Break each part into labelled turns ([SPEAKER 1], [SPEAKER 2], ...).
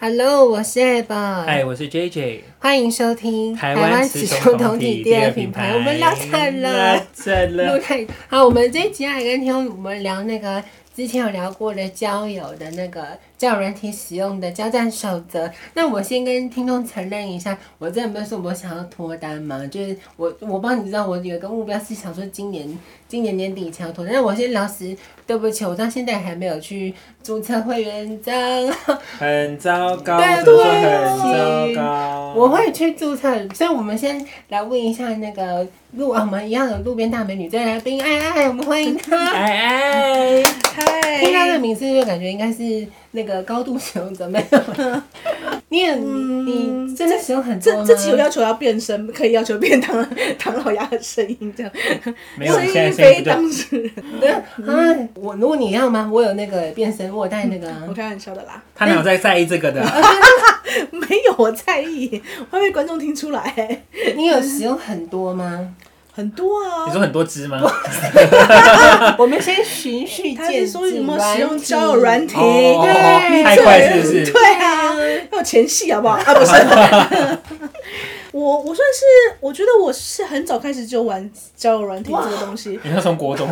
[SPEAKER 1] Hello，我是 Ab，
[SPEAKER 2] 嗨，哎我是 JJ。
[SPEAKER 1] 欢迎收听
[SPEAKER 2] 台
[SPEAKER 1] 嗯湾
[SPEAKER 2] 湾
[SPEAKER 1] 雌
[SPEAKER 2] 雌
[SPEAKER 1] 雄
[SPEAKER 2] 雄
[SPEAKER 1] 同
[SPEAKER 2] 同
[SPEAKER 1] 体
[SPEAKER 2] 体
[SPEAKER 1] 第
[SPEAKER 2] 第
[SPEAKER 1] 二
[SPEAKER 2] 二
[SPEAKER 1] 品
[SPEAKER 2] 品
[SPEAKER 1] 牌。
[SPEAKER 2] 牌，
[SPEAKER 1] 我们聊惨了
[SPEAKER 2] 拉，惨
[SPEAKER 1] 录
[SPEAKER 2] 了。
[SPEAKER 1] 太好。我们这一集还跟听众我们聊那个之前有聊过的交友的那个交友软体使用的交战守则。那我先跟听众承认一下，我真的没有说我想要脱单嘛，就是我我帮你知道我有一个目标是想说今年今年年底以前要脱单。那我先聊实，对不起，我到现在还没有去注册会员账号。
[SPEAKER 2] 很糟糕，
[SPEAKER 1] 对
[SPEAKER 2] 我只能说
[SPEAKER 1] 对
[SPEAKER 2] 很糟糕。
[SPEAKER 1] 我会去注册，所以我们先来问一下那个路，啊我们一样的路边大美女这位来宾，哎哎哎，我们欢迎她。
[SPEAKER 2] 哎哎，嗨
[SPEAKER 1] 听她的名字就感觉应该是那个高度使用者，没有？你也你真的使用很多
[SPEAKER 3] 这
[SPEAKER 1] 吗？
[SPEAKER 3] 这期有要求要变声，可以要求变唐唐老鸭的声音这样，
[SPEAKER 2] 没有，现在声音
[SPEAKER 3] 非
[SPEAKER 2] 不就
[SPEAKER 3] 当时，
[SPEAKER 1] 对啊，我如果你要吗？我有那个变身，我有带那个啊
[SPEAKER 3] 我开玩笑的啦，
[SPEAKER 2] 他哪有在在意这个的？
[SPEAKER 1] 嗯
[SPEAKER 3] 没有我在意，会被观众听出来，
[SPEAKER 1] 你有使用很多 吗？
[SPEAKER 3] 很多
[SPEAKER 2] 你
[SPEAKER 3] 啊。
[SPEAKER 2] 说很多只吗？哦
[SPEAKER 1] 我们先循序
[SPEAKER 3] 他是
[SPEAKER 1] 渐
[SPEAKER 3] 说有
[SPEAKER 1] 进
[SPEAKER 3] 没有
[SPEAKER 1] 软
[SPEAKER 3] 使用
[SPEAKER 1] 体
[SPEAKER 3] 交友软体？
[SPEAKER 2] 哦哦
[SPEAKER 1] 对
[SPEAKER 2] 哦，太快是不是？
[SPEAKER 3] 对啊，要有前戏好不好？ 啊，不是，我我算是，我觉得我是很早开始就玩交友软体这个东西，
[SPEAKER 2] 你说从国 中，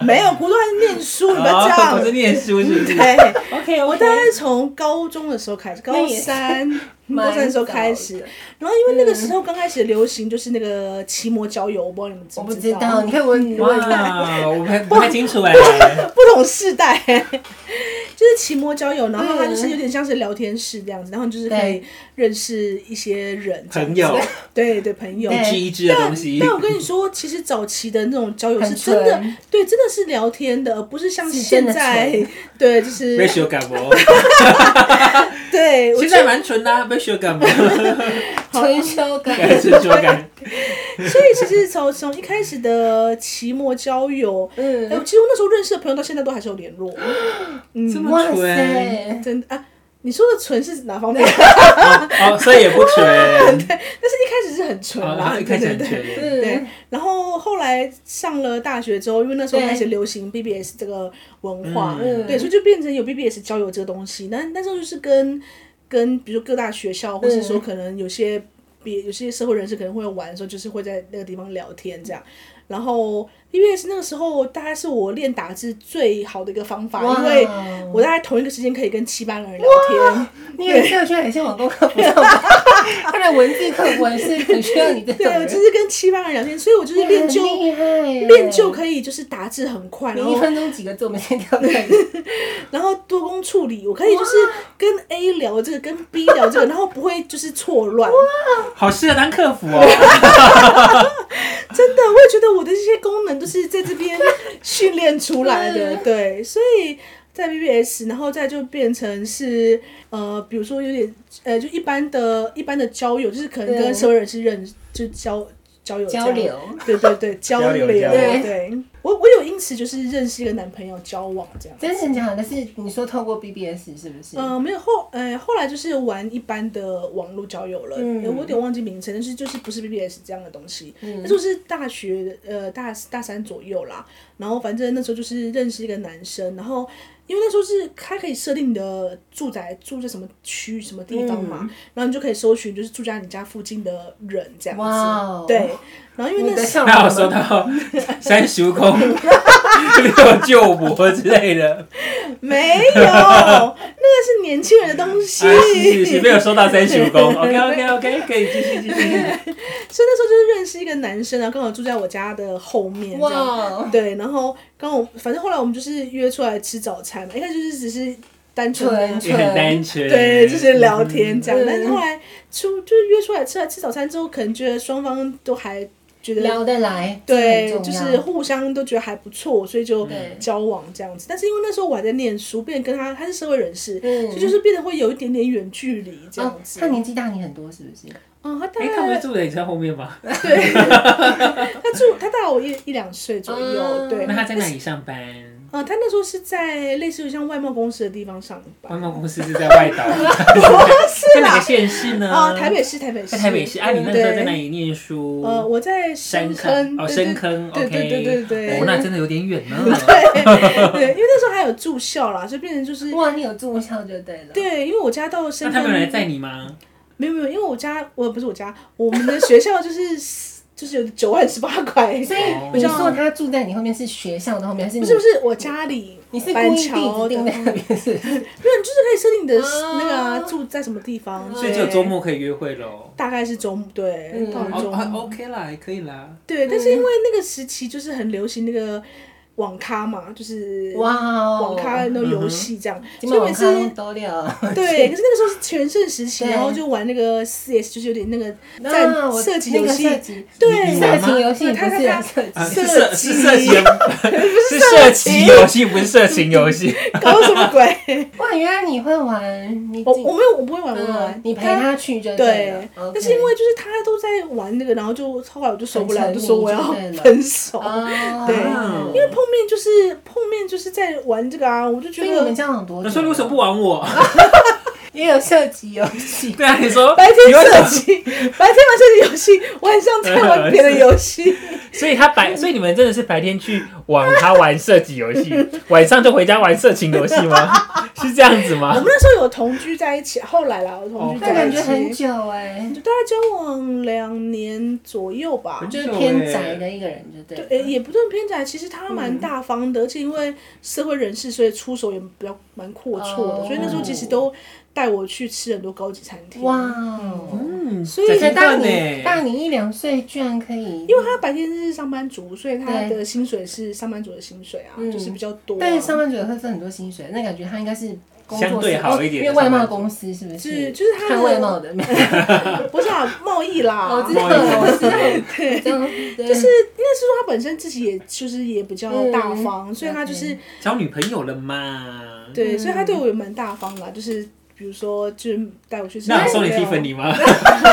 [SPEAKER 3] 没有，国中还是念书，你不要这
[SPEAKER 2] 哦
[SPEAKER 3] 样
[SPEAKER 2] 我。是念书是不是？
[SPEAKER 3] 对，
[SPEAKER 1] OK，
[SPEAKER 3] 我大概是从高中的时候开始，高
[SPEAKER 1] 那也是
[SPEAKER 3] 三、
[SPEAKER 1] 蛮
[SPEAKER 3] 高三的时候开
[SPEAKER 1] 早
[SPEAKER 3] 始
[SPEAKER 1] 的，
[SPEAKER 3] 然后因为那个时候刚开始流行就是那个骑摩交友，我不知道你们知
[SPEAKER 1] 我
[SPEAKER 3] 不
[SPEAKER 1] 不知道，
[SPEAKER 3] 道，嗯
[SPEAKER 1] 你看我我
[SPEAKER 2] 哇，我不太不太清楚哎。
[SPEAKER 3] 不同世代， 就是骑摩交友，然后它就是有点像是聊天室这样子，然后你就是可以
[SPEAKER 1] 对
[SPEAKER 3] 认识一些人，
[SPEAKER 2] 朋友，
[SPEAKER 3] 对对朋友。
[SPEAKER 2] 一只一只的东西
[SPEAKER 3] 但。我跟你说，其实早期的那种交友是
[SPEAKER 1] 很
[SPEAKER 3] 真的
[SPEAKER 1] 纯，
[SPEAKER 3] 对，真的是聊天的，而不是像
[SPEAKER 1] 是真
[SPEAKER 3] 现
[SPEAKER 1] 的
[SPEAKER 3] 在， 对，就是
[SPEAKER 2] ratio 感哦，
[SPEAKER 3] 对，我
[SPEAKER 2] 现在蛮纯的啊，ratio 感哦，
[SPEAKER 1] 纯修改。
[SPEAKER 2] 感是说感，
[SPEAKER 3] 所以其实从从一开始的期末交友，
[SPEAKER 1] 嗯
[SPEAKER 3] 哎、我其实我那时候认识的朋友到现在都还是有联络，嗯
[SPEAKER 2] 这
[SPEAKER 1] 哇
[SPEAKER 2] 么纯。
[SPEAKER 1] 塞！
[SPEAKER 3] 真的啊。你说的纯是 哪方面？
[SPEAKER 2] 哦，所以也不纯，
[SPEAKER 3] 但是一开始是很纯
[SPEAKER 2] 哦，
[SPEAKER 3] 啦，
[SPEAKER 2] 一开始很
[SPEAKER 3] 啊对对对。
[SPEAKER 1] 嗯
[SPEAKER 2] 纯，
[SPEAKER 3] 对，然后后来上了大学之后，因为那时候
[SPEAKER 1] 对
[SPEAKER 3] 开始流行 BBS 这个文化，
[SPEAKER 2] 嗯
[SPEAKER 3] 对，所以就变成有 BBS 交友这个东西。那那时候就是跟跟比如说各大学校，或
[SPEAKER 2] 嗯
[SPEAKER 3] 是说可能有些别有些社会人士可能会玩的时候，就是会在那个地方聊天这样。然后 BBS 那个时候大概是我练打字最好的一个方法，
[SPEAKER 1] 哇
[SPEAKER 3] 因为我大概同一个时间可以跟七八个人聊天。
[SPEAKER 1] 你有社区很像网络课不上班，他的文字课文是很需要你这
[SPEAKER 3] 对，
[SPEAKER 1] 种
[SPEAKER 3] 我
[SPEAKER 1] 人。
[SPEAKER 3] 就是跟七八个人聊天，所以我就是练就
[SPEAKER 1] 你很厉害耶，
[SPEAKER 3] 练就可以就是打字很快，然
[SPEAKER 1] 你一
[SPEAKER 3] 后
[SPEAKER 1] 分钟几个字，我们先跳过。
[SPEAKER 3] 然后多工处理，我可以就是跟 A 聊这个，跟 B 聊这个，然后不会就是错乱。
[SPEAKER 2] 好适合当客服哦。
[SPEAKER 3] 真的，我也觉得我的这些功能都是在这 边训练出来的，对，所以。在 BBS，然后再就变成是呃，比如说有点呃，就一般的、一般的交友，就是可能
[SPEAKER 1] 对
[SPEAKER 3] 跟社会人士认就交交友这样
[SPEAKER 1] 交流，
[SPEAKER 3] 对对对，交
[SPEAKER 2] 交流
[SPEAKER 3] 流，
[SPEAKER 2] 交
[SPEAKER 1] 流
[SPEAKER 3] 对我我有因此就是认识一个男朋友，交往这样。
[SPEAKER 1] 真的假的？是你说透过 BBS 是不是？
[SPEAKER 3] 呃，没有后，呃，后来就是玩一般的网络交友了，
[SPEAKER 1] 嗯
[SPEAKER 3] 呃我有点忘记名称，但是就是不是 BBS 这样的东西。
[SPEAKER 1] 嗯
[SPEAKER 3] 那时候是大学，呃，大大三左右啦。然后反正那时候就是认识一个男生，然后因为那时候是他可以设定你的住宅住在什么区什么地方嘛，
[SPEAKER 1] 嗯
[SPEAKER 3] 然后你就可以搜寻就是住在你家附近的人这样子。
[SPEAKER 1] 哇哦
[SPEAKER 3] 对，然后因为
[SPEAKER 1] 你
[SPEAKER 3] 那
[SPEAKER 1] 的
[SPEAKER 3] 时候
[SPEAKER 1] 校
[SPEAKER 2] 那我
[SPEAKER 1] 友
[SPEAKER 2] 收
[SPEAKER 1] 吗？
[SPEAKER 2] 到三十五公 六救我之类的，
[SPEAKER 3] 没 有，那个是年轻人的东西。
[SPEAKER 1] 哎
[SPEAKER 2] 啊，是是是，没有收到三十五 公。OK OK OK，可以继续继续。
[SPEAKER 3] 所以那时候就是认识一个男生，然后刚好住在我家的后面，这样
[SPEAKER 1] 哇，哦
[SPEAKER 3] 对，然后刚好反正后来我们就是约出来吃早餐嘛，一开始就是只是单纯的
[SPEAKER 1] 纯
[SPEAKER 2] 也很单纯，
[SPEAKER 3] 对，就是聊天这样，
[SPEAKER 1] 嗯
[SPEAKER 3] 但是后来出就是约出来吃了吃早餐之后，可能觉得双方都还觉得
[SPEAKER 1] 聊得来，这
[SPEAKER 3] 对，
[SPEAKER 1] 很
[SPEAKER 3] 就
[SPEAKER 1] 重要
[SPEAKER 3] 是互相都觉得还不错，所以就
[SPEAKER 1] 对
[SPEAKER 3] 交往这样子。但是因为那时候我还在念书，变得跟他他是社会人士，
[SPEAKER 1] 嗯
[SPEAKER 3] 所以就是变得会有一点点远距离这
[SPEAKER 1] 哦
[SPEAKER 3] 样，子。
[SPEAKER 1] 他年纪大你很多是不是？
[SPEAKER 3] 嗯，他大
[SPEAKER 2] 哎，他不
[SPEAKER 3] 概
[SPEAKER 2] 是住在你车后面吗？
[SPEAKER 3] 对，他住他大我一一两岁左右，
[SPEAKER 1] 嗯
[SPEAKER 3] 对。
[SPEAKER 2] 那他在哪里上班？
[SPEAKER 3] 呃，他那时候是在类似于像外贸公司的地方上
[SPEAKER 2] 外
[SPEAKER 3] 班，
[SPEAKER 2] 贸公司是在外 岛，
[SPEAKER 3] 是
[SPEAKER 2] 在哪个
[SPEAKER 3] 啦，
[SPEAKER 2] 县市呢？
[SPEAKER 3] 啊、台北市，台北市，
[SPEAKER 2] 在台北市。啊，你那时候在哪
[SPEAKER 3] 对
[SPEAKER 2] 里念书？
[SPEAKER 3] 呃，我在深
[SPEAKER 2] 山上
[SPEAKER 3] 坑，
[SPEAKER 2] 哦，
[SPEAKER 3] 对
[SPEAKER 2] 深坑
[SPEAKER 3] 对
[SPEAKER 2] ，OK，
[SPEAKER 3] 对对对对
[SPEAKER 2] 哦，那真的有点 远呢。
[SPEAKER 3] 对，对因为那时候还有住校啦，所以变成就是
[SPEAKER 1] 哇，你有住校就对了。
[SPEAKER 3] 对，因为我家到
[SPEAKER 2] 那
[SPEAKER 3] 深
[SPEAKER 2] 他
[SPEAKER 3] 坑
[SPEAKER 2] 们有来载你吗？
[SPEAKER 3] 没有没有，因为我家我不是我家，我们的学校就是就是 有九万十八块，
[SPEAKER 1] 所以
[SPEAKER 2] 哦
[SPEAKER 1] 你说他住在你后面是学校的后面，还是
[SPEAKER 3] 不
[SPEAKER 1] 你
[SPEAKER 3] 是不是我家里
[SPEAKER 1] 你是故
[SPEAKER 3] 板
[SPEAKER 1] 意
[SPEAKER 3] 桥
[SPEAKER 1] 地址
[SPEAKER 3] 的，
[SPEAKER 1] 定
[SPEAKER 3] 没
[SPEAKER 1] 在
[SPEAKER 3] 有，
[SPEAKER 1] 那边是？
[SPEAKER 3] 你就是可以设定你的
[SPEAKER 1] 哦
[SPEAKER 3] 那个啊、住在什么地方，
[SPEAKER 2] 所以只有周，末可以约会喽。
[SPEAKER 3] 大概是周末对，
[SPEAKER 1] 嗯
[SPEAKER 3] 到了
[SPEAKER 2] 哦
[SPEAKER 3] 周
[SPEAKER 2] 哦
[SPEAKER 3] 末
[SPEAKER 2] ，OK 啦，也可以啦。
[SPEAKER 3] 对，但是因为那个时期就是很流行那个网咖嘛，就是
[SPEAKER 1] 哇
[SPEAKER 3] 网咖
[SPEAKER 1] 哦，嗯
[SPEAKER 3] 那种游戏这样，
[SPEAKER 1] 今
[SPEAKER 3] 所
[SPEAKER 1] 晚
[SPEAKER 3] 以每
[SPEAKER 1] 网
[SPEAKER 3] 次
[SPEAKER 1] 咖都多了。
[SPEAKER 3] 对，可是那个时候是全盛时期，
[SPEAKER 1] 对
[SPEAKER 3] 然后就玩那个四 S，就是有点那个
[SPEAKER 1] 那
[SPEAKER 3] 在
[SPEAKER 1] 我
[SPEAKER 3] 射击
[SPEAKER 1] 那
[SPEAKER 3] 游
[SPEAKER 1] 个
[SPEAKER 3] 戏
[SPEAKER 1] 射击，
[SPEAKER 3] 对
[SPEAKER 2] 你
[SPEAKER 1] 色
[SPEAKER 2] 玩
[SPEAKER 1] 情游戏
[SPEAKER 3] 对
[SPEAKER 1] 不
[SPEAKER 3] 他
[SPEAKER 1] 是
[SPEAKER 3] 他
[SPEAKER 1] 啊色情
[SPEAKER 2] 啊，
[SPEAKER 3] 射
[SPEAKER 2] 是色
[SPEAKER 3] 击
[SPEAKER 2] 是色情， 是色情游戏，不是色情游戏。
[SPEAKER 3] 搞什么鬼？
[SPEAKER 1] 哇，原来你会玩， 你
[SPEAKER 3] 我
[SPEAKER 1] 进
[SPEAKER 3] 我没有，我不会玩，我不会
[SPEAKER 1] 嗯
[SPEAKER 3] 玩，。
[SPEAKER 1] 你陪他去就了
[SPEAKER 3] 对。，
[SPEAKER 1] OK
[SPEAKER 3] 但是因为就是他都在玩那个，然后就后来我就受不了，
[SPEAKER 1] 很
[SPEAKER 3] 我就
[SPEAKER 1] 沉迷
[SPEAKER 3] 说我要
[SPEAKER 1] 就对了
[SPEAKER 3] 分手。
[SPEAKER 1] 哦
[SPEAKER 3] 对
[SPEAKER 2] 因
[SPEAKER 3] 因为碰面就是碰面就是在玩这个啊，我就觉
[SPEAKER 1] 所以你们
[SPEAKER 3] 得
[SPEAKER 1] 交往多久？啊
[SPEAKER 2] 我说你为什么不玩我？
[SPEAKER 1] 也有射击游戏？
[SPEAKER 2] 对啊，你说
[SPEAKER 3] 白
[SPEAKER 2] 你
[SPEAKER 3] 天
[SPEAKER 2] 为什
[SPEAKER 3] 射
[SPEAKER 2] 么
[SPEAKER 3] 击，白天玩射击游戏，晚上在玩别的游戏。
[SPEAKER 2] 所以他白，所以你们真的是白天去网咖玩射击游戏， 晚上就回家玩色情游戏吗？ 是这样子
[SPEAKER 3] 我
[SPEAKER 2] 吗
[SPEAKER 3] 们？那时候有同居在一起，后来啦，我同居
[SPEAKER 1] 那
[SPEAKER 3] 在
[SPEAKER 1] 感
[SPEAKER 3] 一
[SPEAKER 1] 觉很
[SPEAKER 3] 起，
[SPEAKER 1] 久哎，
[SPEAKER 3] 就大概交往两年左右吧。
[SPEAKER 1] 就是偏
[SPEAKER 2] 欸
[SPEAKER 1] 宅的一个人，就对了。
[SPEAKER 3] 对，诶也不算偏窄，其实他蛮大方的，而且因为社会人士，所以出手也比较蛮阔绰的，
[SPEAKER 1] 哦
[SPEAKER 3] 所以那时候其实都带我去吃很多高级餐厅。
[SPEAKER 1] 哇
[SPEAKER 3] 哇！
[SPEAKER 1] 哦，
[SPEAKER 2] 嗯，
[SPEAKER 3] 所以
[SPEAKER 2] 在
[SPEAKER 1] 所以
[SPEAKER 2] 这
[SPEAKER 1] 大
[SPEAKER 2] 段
[SPEAKER 1] 你大
[SPEAKER 2] 呢，
[SPEAKER 1] 你一两岁，居然可以，
[SPEAKER 3] 因为他白天是上班族，所以他
[SPEAKER 1] 对
[SPEAKER 3] 的薪水是上班族的薪水啊，
[SPEAKER 1] 嗯
[SPEAKER 3] 就是比较多啊、
[SPEAKER 1] 但是上班族也会分很多薪水，那感觉他应该是工作
[SPEAKER 2] 相对
[SPEAKER 1] 是哦
[SPEAKER 2] 好一点的
[SPEAKER 1] 因为外贸
[SPEAKER 2] 上班族
[SPEAKER 1] 公司是不
[SPEAKER 3] 是
[SPEAKER 1] 是？
[SPEAKER 3] 就是他
[SPEAKER 1] 看外
[SPEAKER 3] 的
[SPEAKER 1] 贸 的，没
[SPEAKER 3] 不是啊，贸易啦，
[SPEAKER 1] 我知
[SPEAKER 2] 不
[SPEAKER 1] 道，
[SPEAKER 2] 好意思
[SPEAKER 1] 我知道，这样
[SPEAKER 3] 就
[SPEAKER 1] 对
[SPEAKER 3] 是应该是说他本身自己也就是也比较大
[SPEAKER 1] 嗯
[SPEAKER 3] 方，所以他就是、
[SPEAKER 2] 交女朋友了嘛？
[SPEAKER 3] 对，
[SPEAKER 1] 嗯
[SPEAKER 3] 所以他对我也蛮大方啦，就是。比如说，就是带我去吃
[SPEAKER 2] 那
[SPEAKER 3] 饭。
[SPEAKER 2] 我送你 Tiffany 吗？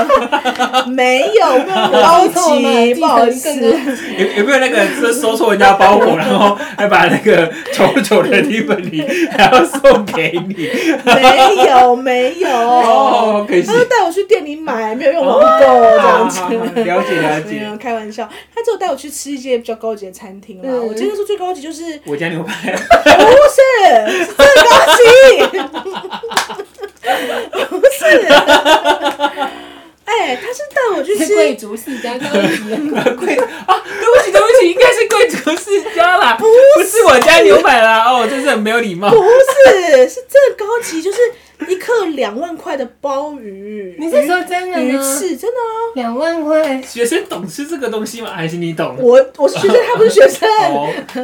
[SPEAKER 3] 没有，没有那 么高级，不好意思。
[SPEAKER 2] 有有没有那个就是收错人家包裹，然后还把那个丑丑的 Tiffany 还要送给你？
[SPEAKER 3] 没有没 有，
[SPEAKER 2] 哦，可惜
[SPEAKER 3] 他。就带我去店里买，没有用网购
[SPEAKER 1] 哦
[SPEAKER 3] 这样子。
[SPEAKER 2] 好好好了解了
[SPEAKER 3] 没有
[SPEAKER 2] 解。
[SPEAKER 3] 开玩笑，他只有带我去吃一些比较高级的餐厅啦。
[SPEAKER 1] 嗯
[SPEAKER 3] 我记得那时候最高级就是
[SPEAKER 2] 我家牛排，
[SPEAKER 3] 不是，是最高级，不是。哎，他是带我去
[SPEAKER 1] 是贵
[SPEAKER 3] 吃，
[SPEAKER 1] 族世家高级 的，
[SPEAKER 2] 贵啊！对不起，对不起，应该是贵族世家啦，不
[SPEAKER 3] 不
[SPEAKER 2] 是我家牛排啦。哦，真是很没有礼貌。
[SPEAKER 3] 不是，是最高级，就是一克两万块的鲍鱼。
[SPEAKER 1] 你是说真的
[SPEAKER 3] 鱼
[SPEAKER 1] 吗？
[SPEAKER 3] 翅真的啊？
[SPEAKER 1] 两万块，
[SPEAKER 2] 学生懂吃这个东西吗？还是你懂？
[SPEAKER 3] 我我是学生，他不是学生。
[SPEAKER 2] 哦，
[SPEAKER 3] 对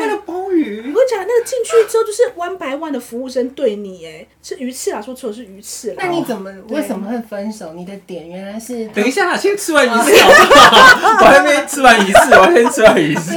[SPEAKER 2] 为了鲍鱼
[SPEAKER 3] 我，跟你讲，那个进去之后就是 one by one 的服务生对你，哎，是鱼翅啦，说错了是鱼翅啦。
[SPEAKER 1] 那你怎么为什么会分手？你的点原来是
[SPEAKER 2] 等一下啦，先吃完鱼翅好不
[SPEAKER 3] 啊
[SPEAKER 2] 好？ 我还没吃完鱼翅，我先吃完鱼 翅。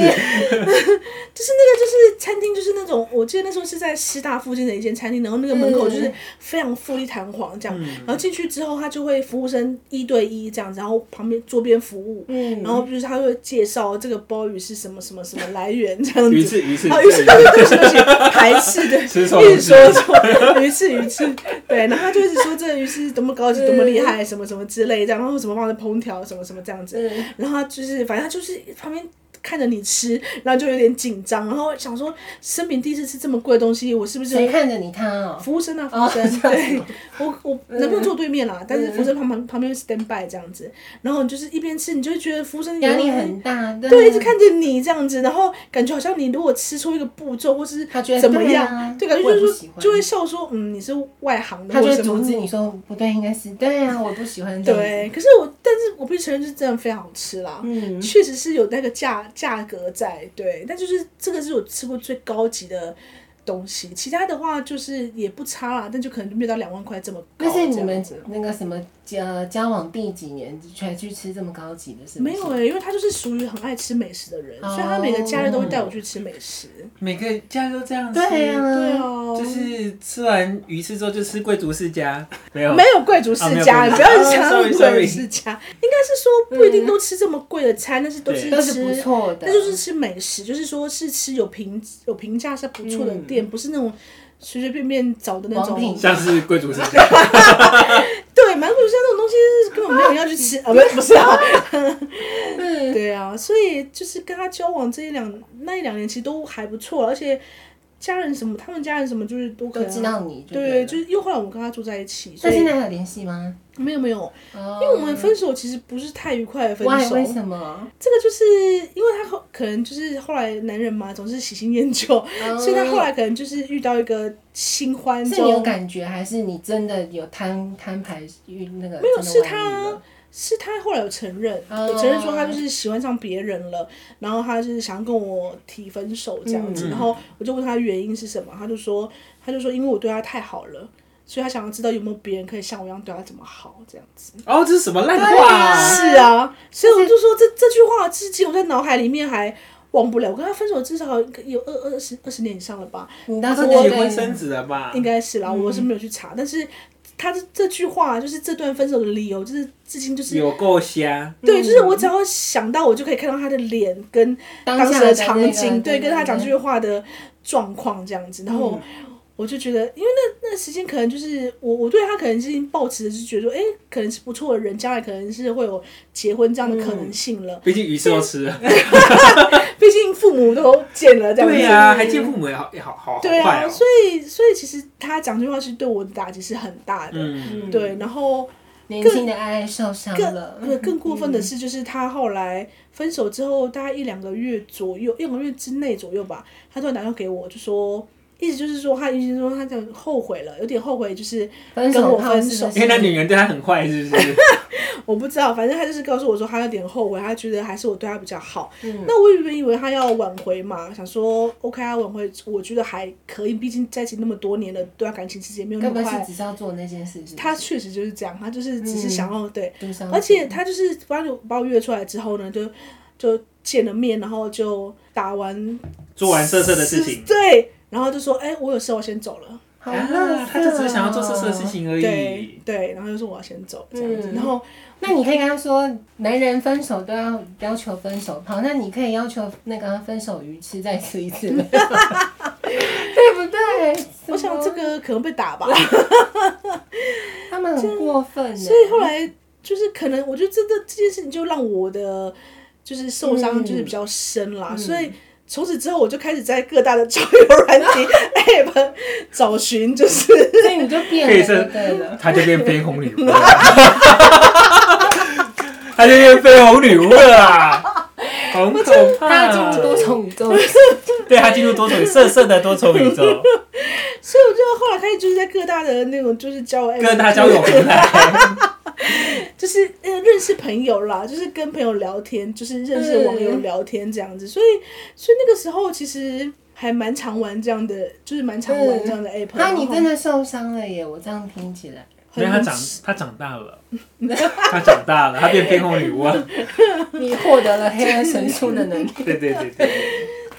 [SPEAKER 3] 就是那个就是餐厅，就是那种我记得那时候是在师大附近的一间餐厅，然后那个门口就是非常富丽堂皇这样，然后进去之后他就会服务生一对一这样子，然后旁边桌边服务，
[SPEAKER 1] 嗯
[SPEAKER 3] 然后就是他会介绍这个鲍鱼是什么什么什么来源这样子。
[SPEAKER 2] 鱼翅，鱼翅，
[SPEAKER 3] 啊，鱼翅，对对对，对不起，排斥的，
[SPEAKER 2] 吃错
[SPEAKER 3] 一
[SPEAKER 2] 了
[SPEAKER 3] 直说错，鱼翅鱼翅，对，然后他就一直说这个鱼翅多么高级，多么厉害，什么什么之类这样，然后什么放在烹调，什么什么这样子，
[SPEAKER 1] 嗯
[SPEAKER 3] 然后他就是反正他就是旁边。看着你吃，然后就有点紧张，然后想说，生平第一次吃这么贵的东西，我是不是
[SPEAKER 1] 谁看着你他哦？
[SPEAKER 3] 服务生啊，服务
[SPEAKER 1] 哦 嗯
[SPEAKER 3] 生，
[SPEAKER 1] 这样
[SPEAKER 3] 对我我男朋友坐对面啦，但是服务生旁旁旁边 stand by 这样子，然后你就是一边吃，你就会觉得服务生
[SPEAKER 1] 压力很大，啊
[SPEAKER 3] 对，一直看着你这样子，然后感觉好像你如果吃错一个步骤，或是
[SPEAKER 1] 他觉得
[SPEAKER 3] 怎么
[SPEAKER 1] 对
[SPEAKER 3] 样，
[SPEAKER 1] 啊
[SPEAKER 3] 对，感觉
[SPEAKER 1] 我也
[SPEAKER 3] 就
[SPEAKER 1] 不
[SPEAKER 3] 是
[SPEAKER 1] 喜
[SPEAKER 3] 说
[SPEAKER 1] 欢
[SPEAKER 3] 就会笑说，嗯，你是外行的，
[SPEAKER 1] 他就
[SPEAKER 3] 或
[SPEAKER 1] 会
[SPEAKER 3] 什
[SPEAKER 1] 阻
[SPEAKER 3] 么
[SPEAKER 1] 止你说不对，应该是对啊，我不喜欢这样
[SPEAKER 3] 对
[SPEAKER 1] 子。，
[SPEAKER 3] 可是我，但是我必须承认，就是真的非常好吃啦，
[SPEAKER 1] 嗯，
[SPEAKER 3] 确实是有那个价价格在，对，但就是这个是我吃过最高级的东西，其他的话就是也不差啦，但就可能就没有到两万块这么高。
[SPEAKER 1] 那是
[SPEAKER 3] 这
[SPEAKER 1] 你
[SPEAKER 3] 样
[SPEAKER 1] 们
[SPEAKER 3] 子
[SPEAKER 1] 那个什么呃交往第几年才去吃这么高级的？是不
[SPEAKER 3] 没
[SPEAKER 1] 是
[SPEAKER 3] 有哎、因为他就是属于很爱吃美食的人，
[SPEAKER 1] 哦
[SPEAKER 3] 所以他每个假日都会带我去吃美食。
[SPEAKER 2] 每个家都这样吃，
[SPEAKER 1] 对呀、
[SPEAKER 3] 对
[SPEAKER 1] 啊，
[SPEAKER 3] 哦，
[SPEAKER 2] 就是吃完鱼翅之后就吃贵族世家，没有
[SPEAKER 3] 没有贵族世
[SPEAKER 2] 啊没有贵
[SPEAKER 3] 家，
[SPEAKER 2] 族
[SPEAKER 3] 你不要
[SPEAKER 2] 哦
[SPEAKER 3] 想
[SPEAKER 2] ，sorry，
[SPEAKER 3] 贵族
[SPEAKER 2] sorry
[SPEAKER 3] 世家，应该是说不一定都吃这么贵的餐，但是都
[SPEAKER 2] 对
[SPEAKER 3] 是
[SPEAKER 1] 都是不
[SPEAKER 3] 吃。
[SPEAKER 1] 错的，
[SPEAKER 3] 那就是吃美食，就是说是吃有评有评价是不错的店，不是那种随随便便找的那
[SPEAKER 1] 嗯王
[SPEAKER 3] 种
[SPEAKER 1] 品。
[SPEAKER 2] 像是贵族世 家，
[SPEAKER 3] 对，满骨山这种东西是根本没有人要去吃，啊，不 是不是啊，
[SPEAKER 1] 嗯
[SPEAKER 3] 对啊，所以就是跟他交往这一两那一两年其实都还不错，而且家人什么，他们家人什么就是都可
[SPEAKER 1] 都知
[SPEAKER 3] 能。
[SPEAKER 1] 道你就
[SPEAKER 3] 对，
[SPEAKER 1] 对
[SPEAKER 3] 就是是又后来我跟他住在一起，所
[SPEAKER 1] 那
[SPEAKER 3] 以
[SPEAKER 1] 现在还有联系吗？
[SPEAKER 3] 没有没有，
[SPEAKER 1] 哦
[SPEAKER 3] 因为我们分手其实不是太愉快的分
[SPEAKER 1] Why？
[SPEAKER 3] 手，
[SPEAKER 1] 为什么？
[SPEAKER 3] 这个就是因为他后可能就是后来男人嘛，总是喜新厌旧，
[SPEAKER 1] 哦
[SPEAKER 3] 所以他后来可能就是遇到一个新欢
[SPEAKER 1] 是
[SPEAKER 3] 之
[SPEAKER 1] 你有
[SPEAKER 3] 后，
[SPEAKER 1] 感觉，还是你真的有摊摊牌遇那个？
[SPEAKER 3] 没有
[SPEAKER 1] 真的
[SPEAKER 3] 是
[SPEAKER 1] 外遇
[SPEAKER 3] 他
[SPEAKER 1] 了
[SPEAKER 3] 是他后来有承认，
[SPEAKER 1] 哦
[SPEAKER 3] 有承认说他就是喜欢上别人了，然后他就是想跟我提分手这样子，
[SPEAKER 2] 嗯
[SPEAKER 3] 然后我就问他原因是什么，他就说他就说因为我对他太好了。所以他想要知道有没有别人可以像我一样对他这么好，这样子。
[SPEAKER 2] 哦，这是什么烂
[SPEAKER 1] 对
[SPEAKER 2] 话
[SPEAKER 1] 啊
[SPEAKER 2] 啊？
[SPEAKER 3] 是啊，所以我就说这这句话至今我在脑海里面还忘不了。我跟他分手至少有二二十二十年以上了吧？
[SPEAKER 1] 你当
[SPEAKER 2] 他
[SPEAKER 1] 时
[SPEAKER 2] 都
[SPEAKER 1] 觉
[SPEAKER 2] 结
[SPEAKER 1] 得
[SPEAKER 2] 婚生子了吧？
[SPEAKER 3] 应该是啦，我
[SPEAKER 2] 嗯
[SPEAKER 3] 是没有去查，但是他这这句话就是这段分手的理由，就是至今就是
[SPEAKER 2] 有够瞎，
[SPEAKER 3] 对，就是我只要想到，我就可以看到他的脸跟
[SPEAKER 1] 当
[SPEAKER 3] 当时
[SPEAKER 1] 下
[SPEAKER 3] 的
[SPEAKER 1] 的
[SPEAKER 3] 场
[SPEAKER 1] 那个
[SPEAKER 3] 景，对，跟他讲这
[SPEAKER 1] 对
[SPEAKER 3] 句话的状况这样子，然后我就觉得，因为那那时间可能就是我我对他可能已经抱持的是觉得说，哎，可能是不错的人，将来可能是会有结婚这样的可能性了，
[SPEAKER 2] 毕竟鱼翅都吃了。
[SPEAKER 3] 毕竟父母都见了这样子，
[SPEAKER 2] 对呀、还见父母也好也好好好
[SPEAKER 3] 啊对
[SPEAKER 2] 快
[SPEAKER 3] 啊，
[SPEAKER 2] 哦。
[SPEAKER 3] 所以所以其实他讲这句话是对我的打击是很大的，
[SPEAKER 2] 嗯，
[SPEAKER 1] 嗯
[SPEAKER 3] 对，然后。
[SPEAKER 1] 年轻的爱受伤了，嗯
[SPEAKER 3] 对，更过分的是，就是他后来分手之后，大概一两个月左右，一两个月之内左右吧，他突然打电话给我，就说，意思就是说，他意思就是说他这样后悔了，有点后悔，就是
[SPEAKER 1] 嗯分
[SPEAKER 3] 跟
[SPEAKER 1] 手
[SPEAKER 3] 我
[SPEAKER 1] 炮
[SPEAKER 3] 分
[SPEAKER 1] 是
[SPEAKER 3] 手
[SPEAKER 1] 不
[SPEAKER 2] 因为那
[SPEAKER 1] 是？
[SPEAKER 2] 女人对他很坏，是不是？
[SPEAKER 3] 我不知道，反正他就是告诉我说他有点后悔，他觉得还是我对他比较好。
[SPEAKER 1] 嗯
[SPEAKER 3] 那我原本以为他要挽回嘛，想说 OK 啊，挽回，我觉得还可以，毕竟在一起那么多年了，对他感情其实也没有
[SPEAKER 1] 该
[SPEAKER 3] 那
[SPEAKER 1] 不
[SPEAKER 3] 么
[SPEAKER 1] 会是
[SPEAKER 3] 快。
[SPEAKER 1] 只是要嗯做那件事情？
[SPEAKER 3] 他确实就是这样，他就是只是想要、对。
[SPEAKER 1] 对上
[SPEAKER 3] 而且他就是把我把我约出来之后呢，就就见了面，然后就打完
[SPEAKER 2] 做完色色的事情。
[SPEAKER 3] 对，然后就说，哎、我有事，我先走了。
[SPEAKER 1] 好哦
[SPEAKER 2] 啊，
[SPEAKER 1] 乐
[SPEAKER 2] 他就只是想要做色色的事。情而
[SPEAKER 3] 哦对
[SPEAKER 2] 已。
[SPEAKER 3] 对，然后就说我要先走这样子，
[SPEAKER 1] 嗯
[SPEAKER 3] 然后
[SPEAKER 1] 那你可以跟他说，男人分手都要要求分手炮，那你可以要求那个啊分手鱼吃再吃一 次吗，对不对？
[SPEAKER 3] 我想这个可能被打吧，
[SPEAKER 1] 他们很过分呢，
[SPEAKER 3] 所以后来就是可能，我觉得这这这件事情就让我的就是受伤
[SPEAKER 1] 嗯
[SPEAKER 3] 就是比较深啦，
[SPEAKER 1] 嗯
[SPEAKER 3] 所以。从此之后，我就开始在各大的交友 软体 app 找寻，就是
[SPEAKER 1] 所以你就变
[SPEAKER 2] 可以
[SPEAKER 1] 了，就
[SPEAKER 2] 是
[SPEAKER 1] 对了。
[SPEAKER 2] 他就变绯红女 巫了，他就变绯红女巫了 啊！好可
[SPEAKER 1] 他
[SPEAKER 2] 怕
[SPEAKER 1] 进入
[SPEAKER 2] 哦！
[SPEAKER 1] 多重宇宙，
[SPEAKER 2] 对他进入多重宇色色的多重宇 宙，
[SPEAKER 3] 所以我就后来开始就是在各大的那种就是交友 app
[SPEAKER 2] 各大交友平 台。
[SPEAKER 3] 就是呃认识朋友啦，就是跟朋友聊天，就是认识网友聊天这样子，所以所以那个时候其实还蛮常玩这样的，就是蛮常玩这样的 app、
[SPEAKER 1] 那你真
[SPEAKER 3] 的
[SPEAKER 1] 的受伤了耶！我这样听起来，
[SPEAKER 2] 因为他长他长大了，他长大了，他变绯红女巫啊！
[SPEAKER 1] 你获得了黑暗 神术的能力。
[SPEAKER 2] 对对对对，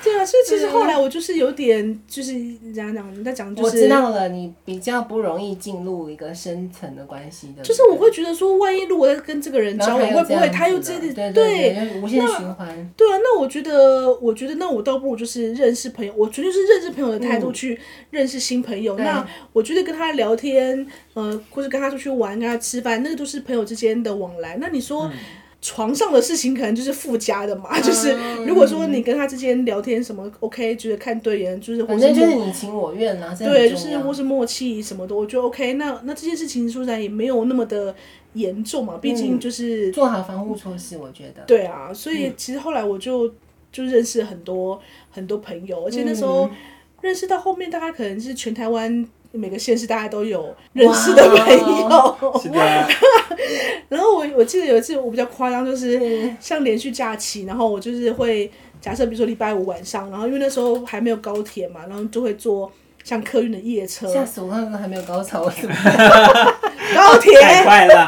[SPEAKER 3] 对啊，所以其实后来我就是有点就是人家讲人家讲就
[SPEAKER 1] 我
[SPEAKER 3] 是
[SPEAKER 1] 知道了，你比较不容易进入一个深层的关系的，
[SPEAKER 3] 就是我会觉得说，万一如果在跟这个人
[SPEAKER 1] 然
[SPEAKER 3] 交
[SPEAKER 1] 后
[SPEAKER 3] 往，
[SPEAKER 1] 还有
[SPEAKER 3] 会不
[SPEAKER 1] 这
[SPEAKER 3] 会
[SPEAKER 1] 样
[SPEAKER 3] 他又
[SPEAKER 1] 子
[SPEAKER 3] 真
[SPEAKER 1] 的
[SPEAKER 3] 的
[SPEAKER 1] 对
[SPEAKER 3] 对
[SPEAKER 1] 对，就是无限循环。
[SPEAKER 3] 对啊，那我觉得，我觉得，那我倒不如就是认识朋友，我绝对是认识朋友的态度去认识新朋友。
[SPEAKER 1] 嗯对
[SPEAKER 3] 那我觉得跟他聊天，呃，或者跟他出去玩，跟他吃饭，那个都是朋友之间的往来。那你说、
[SPEAKER 1] 嗯
[SPEAKER 3] 床上的事情，可能就是附加的嘛， 就是
[SPEAKER 1] 嗯
[SPEAKER 3] 如果说你跟他之间聊天什么 OK，觉得看对眼，就是或
[SPEAKER 1] 反
[SPEAKER 3] 是
[SPEAKER 1] 正就是
[SPEAKER 3] 默
[SPEAKER 1] 你情我愿啊啦，这很
[SPEAKER 3] 对，就
[SPEAKER 1] 重
[SPEAKER 3] 是
[SPEAKER 1] 要
[SPEAKER 3] 或是默契什么的，我觉得 OK 那。那这件事情说起来也没有那么的严重嘛，毕
[SPEAKER 1] 嗯
[SPEAKER 3] 竟就是
[SPEAKER 1] 做好防护措施，我 觉得。
[SPEAKER 3] 对啊，所以其实后来我就、就认识很多很多朋友，而且那时候、认识到后面，大概可能是全台湾每个县市大家都有认识的朋友。
[SPEAKER 2] 是的，
[SPEAKER 3] 然后我我记得有一次我比较夸张，就是像连续假期，然后我就是会假设比如说礼拜五晚上，然后因为那时候还没有高铁嘛，然后就会坐像客运的夜车，
[SPEAKER 1] 吓死我！刚刚还没有高潮，我怎么
[SPEAKER 3] 高铁。
[SPEAKER 2] 太快了，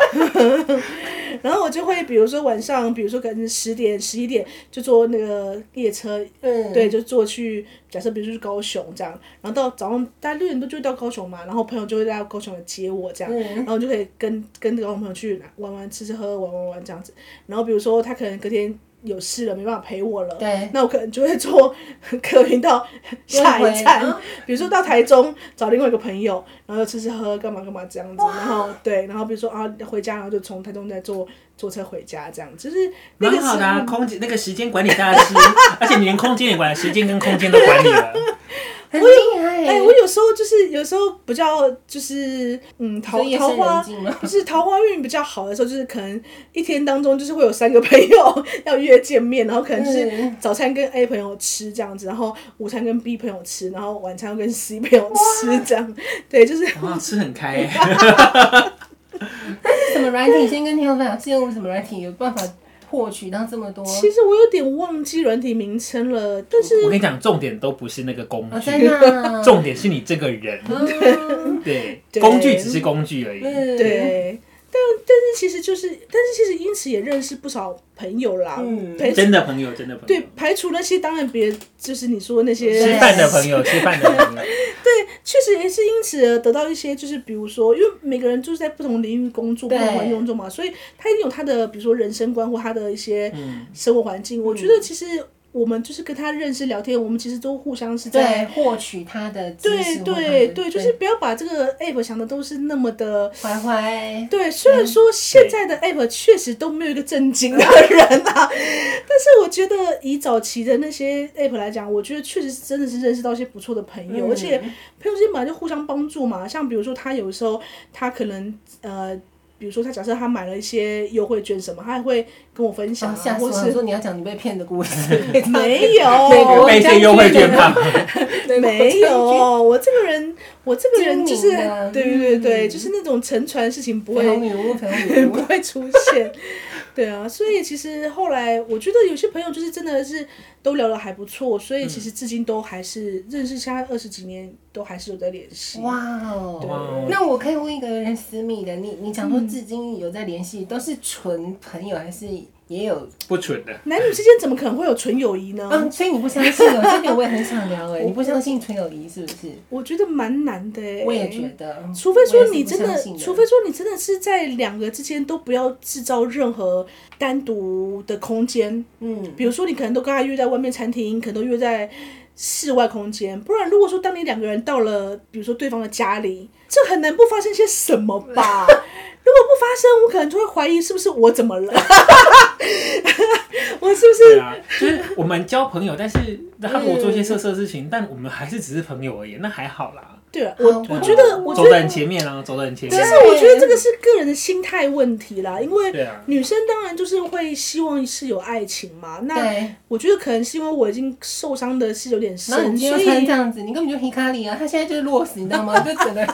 [SPEAKER 3] 然后我就会比如说晚上，比如说可能十点、十一点就坐那个夜车，
[SPEAKER 1] 嗯，
[SPEAKER 3] 对，就坐去，假设比如说去高雄这样，然后到早上大概六点多就会到高雄嘛，然后朋友就会在高雄来接我这样，
[SPEAKER 2] 嗯
[SPEAKER 3] 然后就可以跟跟高雄朋友去玩玩、吃吃喝喝、玩玩玩这样子。然后比如说他可能隔天有事了，没办法陪我了，
[SPEAKER 1] 对，
[SPEAKER 3] 那我可能就会坐 客运到下
[SPEAKER 1] 又回
[SPEAKER 3] 一站
[SPEAKER 1] 嗯，
[SPEAKER 3] 比如说到台中找另外一个朋友，然后吃吃喝喝干嘛干嘛这样子，然后对，然后比如说啊回家，然后就从台中再坐坐车回家这样，就是那个
[SPEAKER 2] 蛮
[SPEAKER 3] 时
[SPEAKER 2] 好的、啊，
[SPEAKER 3] 候
[SPEAKER 2] 空间那个时间管理大师， 而且你连空间也管了，时间跟空间都管理 了，
[SPEAKER 1] 很厉害。
[SPEAKER 3] 哎、我有时候就是有时候比较就是嗯桃
[SPEAKER 1] 所以夜
[SPEAKER 3] 桃
[SPEAKER 1] 深人
[SPEAKER 3] 花。
[SPEAKER 1] 静吗？
[SPEAKER 3] 不是桃花运比较好的时候，就是可能一天当中就是会有三个朋友要约见面，然后可能就是
[SPEAKER 1] 嗯
[SPEAKER 3] 早餐跟 A 朋友吃这样子，然后午餐跟 B 朋友吃，然后晚餐要跟 C 朋友吃这样，对，就是
[SPEAKER 2] 哇，吃很开耶、
[SPEAKER 1] 什么软体？先跟听众分享是用什么软体有办法获取到这么多？
[SPEAKER 3] 其实我有点忘记软体名称了，但是
[SPEAKER 2] 我跟你讲，重点都不是那个工
[SPEAKER 1] 哦，真
[SPEAKER 2] 具，
[SPEAKER 1] 的啊。
[SPEAKER 2] 重点是你这个人。
[SPEAKER 1] 嗯
[SPEAKER 2] 对，
[SPEAKER 3] 对
[SPEAKER 2] 工具只是工具而已。
[SPEAKER 1] 嗯，
[SPEAKER 3] 对，但但是其实就是，但是其实因此也认识不少朋友啦，
[SPEAKER 1] 嗯
[SPEAKER 3] 排
[SPEAKER 2] 真的朋友，真的朋
[SPEAKER 3] 对
[SPEAKER 2] 友。
[SPEAKER 3] 排除那些当然别就是你说那些
[SPEAKER 2] 吃饭的朋友，吃饭的朋 友，
[SPEAKER 3] 确实也是因此而得到一些，就是比如说，因为每个人就是在不同领域工作、不
[SPEAKER 1] 对
[SPEAKER 3] 同环境工作嘛，所以他一定有他的，比如说人生观或他的一些
[SPEAKER 2] 嗯，
[SPEAKER 3] 生活环境。我觉得其实我们就是跟他认识、聊天，我们其实都互相是
[SPEAKER 1] 对，
[SPEAKER 3] 在。
[SPEAKER 1] 获取他的知
[SPEAKER 3] 对
[SPEAKER 1] 识或他的
[SPEAKER 3] 对对，就是不要把这个 app 想的都是那么的。
[SPEAKER 1] 怀怀。
[SPEAKER 3] 对，虽然说现在的 app 确实都没有一个正经的人啊， 但是我觉得以早期的那些 app 来讲，我觉得确实真的是认识到一些不错的朋友，
[SPEAKER 1] 嗯
[SPEAKER 3] 而且朋友之间本来就互相帮助嘛。像比如说他有时候他可能呃，比如说他假设他买了一些优惠券什么，他还会跟我分享
[SPEAKER 1] 想
[SPEAKER 3] 啊，
[SPEAKER 1] 哦吓死
[SPEAKER 3] 或
[SPEAKER 1] 我！我
[SPEAKER 3] 是
[SPEAKER 1] 说你要讲你被骗的故 事，
[SPEAKER 3] 没 有
[SPEAKER 1] 美国
[SPEAKER 2] 被这优惠券吧？
[SPEAKER 1] 对
[SPEAKER 3] 没有，我这个人，我这个人就是
[SPEAKER 1] 精明啊
[SPEAKER 3] 对对对对，
[SPEAKER 1] 嗯
[SPEAKER 3] 就是那种沉船的事情不
[SPEAKER 1] 绯
[SPEAKER 3] 会
[SPEAKER 1] 红女巫，绯 红女
[SPEAKER 3] 不
[SPEAKER 1] 巫。
[SPEAKER 3] 会出现。对啊，所以其实后来我觉得有些朋友就是真的是都聊得还不错，所以其实至今都还是、认识，相爱二十几年都还是有在联系。
[SPEAKER 1] 哇
[SPEAKER 3] 对
[SPEAKER 1] 哦！嗯
[SPEAKER 2] 哇
[SPEAKER 1] 那我可以问一个有点私密的，你你讲说至今有在联系，都是纯朋友还是也有？
[SPEAKER 2] 不蠢的，
[SPEAKER 3] 男女之间怎么可能会有纯友谊呢？
[SPEAKER 1] 嗯，所以你不相信哦？这点我也很想 聊哎，你不相信纯友谊是不是？
[SPEAKER 3] 我觉得蛮难的、欸。
[SPEAKER 1] 我也觉。得，嗯
[SPEAKER 3] 除非说你
[SPEAKER 1] 我也是
[SPEAKER 3] 真
[SPEAKER 1] 不
[SPEAKER 3] 的
[SPEAKER 1] 相，信
[SPEAKER 3] 除非说你真的是在两个之间都不要制造任何单独的空间，
[SPEAKER 1] 嗯，
[SPEAKER 3] 比如说你可能都跟他约在外面餐厅，可能都约在室外空间。不然如果说当你两个人到了，比如说对方的家里，这很难不发生些什么 吧？如果不发生，我可能就会怀疑是不是我怎么了， 我是不
[SPEAKER 2] 对
[SPEAKER 3] 是？
[SPEAKER 2] 啊，就是我们交朋友，但是他如果做一些色色事
[SPEAKER 3] 嗯
[SPEAKER 2] 情，但我们还是只是朋友而已，那还好啦。
[SPEAKER 3] 对啊，我
[SPEAKER 1] 好
[SPEAKER 3] 我觉得，我觉
[SPEAKER 2] 走在
[SPEAKER 3] 得
[SPEAKER 2] 你，前面啊，走在你前
[SPEAKER 3] 其
[SPEAKER 2] 面
[SPEAKER 3] 实。我觉得这个是个人的心态问题啦，因为
[SPEAKER 2] 对啊，
[SPEAKER 3] 女生当然就是会希望是有爱情嘛。那
[SPEAKER 1] 对。
[SPEAKER 3] 我觉得可能是因为我已经受伤的是有点
[SPEAKER 1] 然后
[SPEAKER 3] 深，
[SPEAKER 1] 你今
[SPEAKER 3] 所
[SPEAKER 1] 天
[SPEAKER 3] 以
[SPEAKER 1] 穿这样子，你根本就 Hikari 啊！他现在就是落死，你知道 吗？就整个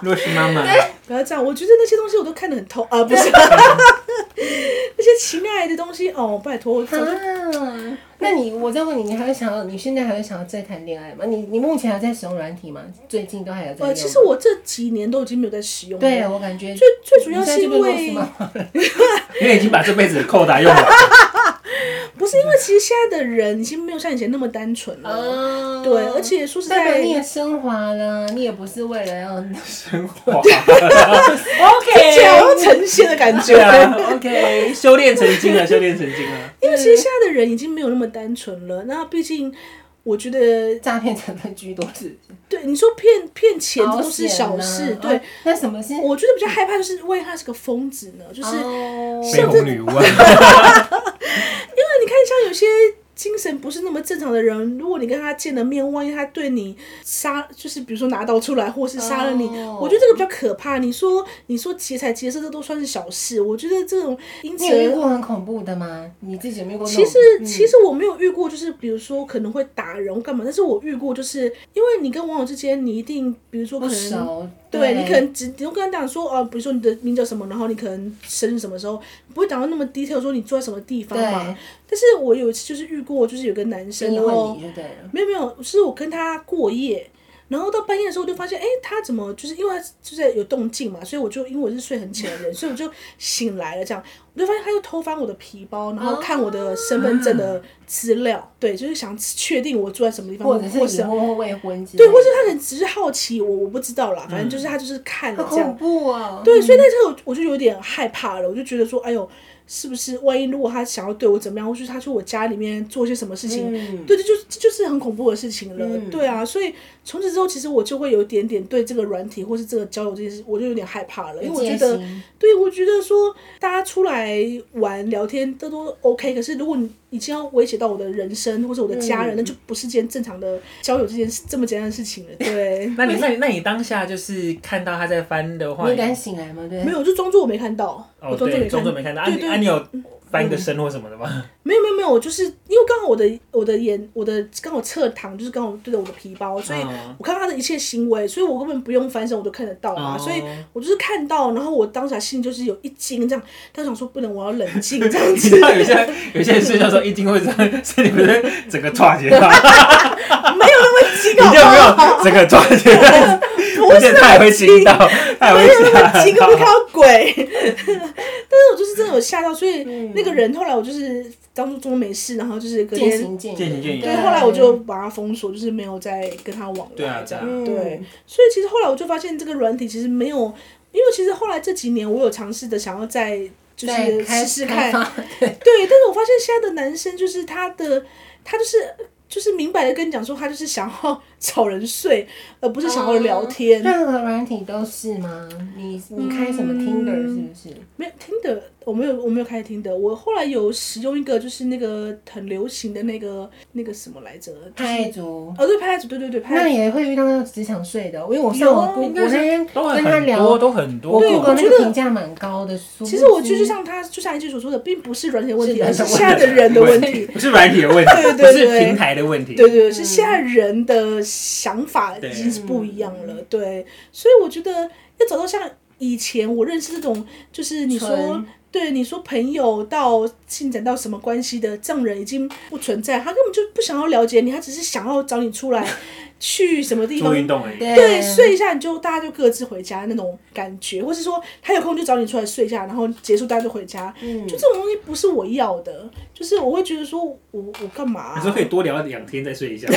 [SPEAKER 2] 若是妈妈，
[SPEAKER 3] 不要这样，我觉得那些东西我都看得很透啊，不 是那些情爱的东西哦，拜托，我早就
[SPEAKER 1] 啊，那你我再问你，你还会想要？你现在还会想要再谈恋爱吗？你你目前还在使用软体吗？最近都还有在用吗？
[SPEAKER 3] 呃，其实我这几年都已经没有在使用了。
[SPEAKER 1] 对哦我感觉
[SPEAKER 3] 最最主要是因
[SPEAKER 1] 你
[SPEAKER 3] 为
[SPEAKER 1] 现在就被 lost 吗
[SPEAKER 2] 因为已经把这辈子的扣打用 完，
[SPEAKER 3] 不是因为其实现在的人已经没有像以前那么单纯了，
[SPEAKER 1] 啊，
[SPEAKER 3] 对，而且说实
[SPEAKER 1] 代表
[SPEAKER 3] 在
[SPEAKER 1] 你，也升华了，你也不是为了要
[SPEAKER 2] 哇，
[SPEAKER 3] 这样要成仙的感觉
[SPEAKER 2] 对。啊，OK，修炼成精了，修炼成精了。
[SPEAKER 3] 因为其实现在的人已经没有那么单纯了，那毕竟。我觉得
[SPEAKER 1] 诈骗成分居多 是
[SPEAKER 3] 对你说骗骗钱这
[SPEAKER 1] 保
[SPEAKER 3] 都是
[SPEAKER 1] 险
[SPEAKER 3] 小
[SPEAKER 1] 啊
[SPEAKER 3] 事，
[SPEAKER 1] 哦
[SPEAKER 3] 对
[SPEAKER 1] 那什么是？
[SPEAKER 3] 我觉得比较害怕就是万一他是个疯子呢，就是
[SPEAKER 1] 哦
[SPEAKER 2] 绯红女巫啊，。
[SPEAKER 3] 你看，像有些精神不是那么正常的人，如果你跟他见了面，万一他对你杀，就是比如说拿刀出来，或是杀了你
[SPEAKER 1] 哦
[SPEAKER 3] 我觉得这个比较可怕。你说，你说劫财劫色，这都算是小事。我觉得这种因此
[SPEAKER 1] 你有遇过很恐怖的吗？你自己有没有遇过那
[SPEAKER 3] 其
[SPEAKER 1] 种？
[SPEAKER 3] 实
[SPEAKER 1] 嗯
[SPEAKER 3] 其实我没有遇过，就是比如说可能会打人或干嘛，但是我遇过，就是因为你跟网友之间，你一定比如说可
[SPEAKER 1] 不
[SPEAKER 3] 能
[SPEAKER 1] 熟，
[SPEAKER 3] 对你可能只你就跟他讲说哦，比如说你的名叫什么，然后你可能生日什么时候，不会讲到那么 detail 说你住在什么地方嘛
[SPEAKER 1] 对。
[SPEAKER 3] 但是我有一次就是遇过，就是有个男生，
[SPEAKER 1] 逼
[SPEAKER 3] 然后
[SPEAKER 1] 问你就对了。
[SPEAKER 3] 没有没有，是我跟他过夜，然后到半夜的时候，我就发现，哎，他怎么就是因为他就是有动静嘛，所以我就因为我是睡很
[SPEAKER 1] 嗯
[SPEAKER 3] 浅的人，所以我就醒来了，这样我就发现他又偷翻我的皮包，然后看我的身份证的资料，对，就是想确定我住在什么地方，
[SPEAKER 1] 或者是
[SPEAKER 3] 是
[SPEAKER 1] 已婚或未婚之类
[SPEAKER 3] 对，
[SPEAKER 1] 的
[SPEAKER 3] 或是他可能只是好奇我，我不知道啦，反正就是他就是看了
[SPEAKER 1] 好
[SPEAKER 3] 这样
[SPEAKER 1] 恐，怖嗯哦。
[SPEAKER 3] 对，所以那时候我就有点害怕了，我就觉得说，哎呦，是不是万一如果他想要对我怎么样，或是他去我家里面做些什么事情，
[SPEAKER 1] 嗯
[SPEAKER 3] 对，这就是这就是很恐怖的事情了，
[SPEAKER 1] 嗯
[SPEAKER 3] 对啊，所以从此之后，其实我就会有一点点对这个软体或是这个交友这件事，我就有点害怕了，因为我觉
[SPEAKER 1] 戒
[SPEAKER 3] 得，
[SPEAKER 1] 心
[SPEAKER 3] 对我觉得说大家出来玩聊天这都 OK，可是如果你已经要威胁到我的人生或者我的家人，
[SPEAKER 1] 嗯
[SPEAKER 3] 那就不是件正常的交友这件事这么简单的事情了，对
[SPEAKER 2] 那你那你那你当下就是看到他在翻的话，
[SPEAKER 1] 你敢醒来吗？对，
[SPEAKER 3] 没有，我就装作我没看到，
[SPEAKER 2] 哦
[SPEAKER 3] 我装作
[SPEAKER 2] 对，
[SPEAKER 3] 没看
[SPEAKER 2] 装
[SPEAKER 3] 到
[SPEAKER 2] 作。没看到。啊
[SPEAKER 3] 对
[SPEAKER 2] 你
[SPEAKER 3] 对嗯
[SPEAKER 2] 啊你有翻个身或什么的吗？
[SPEAKER 3] 没有没有没有，我就是因为刚好我的我的眼我的刚好侧躺就是刚好对着我的皮包，所以
[SPEAKER 2] 嗯
[SPEAKER 3] 我看到他的一切行为，所以我根本不用翻身我都看得到啊，
[SPEAKER 2] 哦
[SPEAKER 3] 所以我就是看到，然后我当下心里就是有一惊这样，但想说不能，我要冷静这样
[SPEAKER 2] 你
[SPEAKER 3] 子
[SPEAKER 2] 知，道有些有些人睡觉的时候一惊会这样， 身体不是整个抓起来，
[SPEAKER 3] 没有那么
[SPEAKER 2] 你
[SPEAKER 3] 惊
[SPEAKER 2] 有
[SPEAKER 3] 好
[SPEAKER 2] 没
[SPEAKER 3] 不好？
[SPEAKER 2] 有整个抓 起来？
[SPEAKER 3] 不
[SPEAKER 2] 我
[SPEAKER 3] 是
[SPEAKER 2] 觉得他也会惊到，他也
[SPEAKER 3] 没
[SPEAKER 2] 会
[SPEAKER 3] 有那么
[SPEAKER 2] 吓
[SPEAKER 3] 惊，我
[SPEAKER 2] 到
[SPEAKER 3] 会。看到鬼。 但是我就是真的有吓到，所以
[SPEAKER 1] 嗯
[SPEAKER 3] 那个人后来我就是当初中没事，然后就是隔
[SPEAKER 1] 渐
[SPEAKER 3] 天。
[SPEAKER 1] 行渐
[SPEAKER 2] 渐行渐远
[SPEAKER 3] 对，后来我就把他封锁，就是没有再跟他往
[SPEAKER 2] 对啊
[SPEAKER 3] 来这样。
[SPEAKER 1] 对啊
[SPEAKER 3] 对
[SPEAKER 1] 嗯，
[SPEAKER 3] 所以其实后来我就发现这个软体其实没有，因为其实后来这几年我有尝试的想要再就
[SPEAKER 1] 再
[SPEAKER 3] 是
[SPEAKER 1] 开
[SPEAKER 3] 试试
[SPEAKER 1] 开
[SPEAKER 3] 看，
[SPEAKER 1] 放
[SPEAKER 3] 对，但是我发现现在的男生就是他的，他就是就是明白的跟你讲说，他就是想要找人睡，而不是想要聊天。
[SPEAKER 1] 任何软体都是吗？你你开什么
[SPEAKER 3] 嗯
[SPEAKER 1] Tinder 是不是？
[SPEAKER 3] 没有听的，我没有我没有开听的，我后来有使用一个就是那个很流行的那个那个什么来着，就是
[SPEAKER 1] 派族。
[SPEAKER 3] 哦对，拍子，对对对，
[SPEAKER 1] 那
[SPEAKER 3] 拍子。
[SPEAKER 1] 也会遇到那种只想睡的，因为我上我
[SPEAKER 3] 有啊
[SPEAKER 1] 姑，我
[SPEAKER 3] 应
[SPEAKER 1] 那天
[SPEAKER 2] 都
[SPEAKER 1] 跟他
[SPEAKER 2] 很
[SPEAKER 1] 聊，
[SPEAKER 2] 多，都很
[SPEAKER 1] 我姑
[SPEAKER 2] 多。
[SPEAKER 1] 姑那
[SPEAKER 3] 我觉
[SPEAKER 1] 个
[SPEAKER 3] 得
[SPEAKER 1] 评价蛮高的。殊
[SPEAKER 3] 其实
[SPEAKER 1] 不
[SPEAKER 3] 我觉
[SPEAKER 1] 知
[SPEAKER 3] 得就像他，就像一句所说的，并不是软体的问题，
[SPEAKER 1] 是
[SPEAKER 3] 而
[SPEAKER 1] 人的问题
[SPEAKER 3] 是现在的人的问题。
[SPEAKER 2] 不是软体的问题，
[SPEAKER 3] 对
[SPEAKER 2] 不
[SPEAKER 3] 对
[SPEAKER 2] 是
[SPEAKER 3] 对
[SPEAKER 2] 平台的问题。
[SPEAKER 3] 对对对，
[SPEAKER 1] 嗯
[SPEAKER 3] 是现在人的想法已经是不一样了。
[SPEAKER 1] 嗯
[SPEAKER 3] 对，所以我觉得要找到像以前我认识这种，就是你说
[SPEAKER 1] 纯。
[SPEAKER 3] 对你说，朋友到进展到什么关系的这种人已经不存在，他根本就不想要了解你，他只是想要找 你出来去什么地
[SPEAKER 2] 做
[SPEAKER 3] 方
[SPEAKER 2] 运动而已。
[SPEAKER 1] 对
[SPEAKER 3] 对，睡一下你就大家就各自回家那种感觉，或是说他有空就找你出来睡一下，然后结束大家就回家，
[SPEAKER 1] 嗯
[SPEAKER 3] 就这种东西不是我要的，就是我会觉得说我我干嘛啊、
[SPEAKER 2] 你说可以多聊两天再睡一下，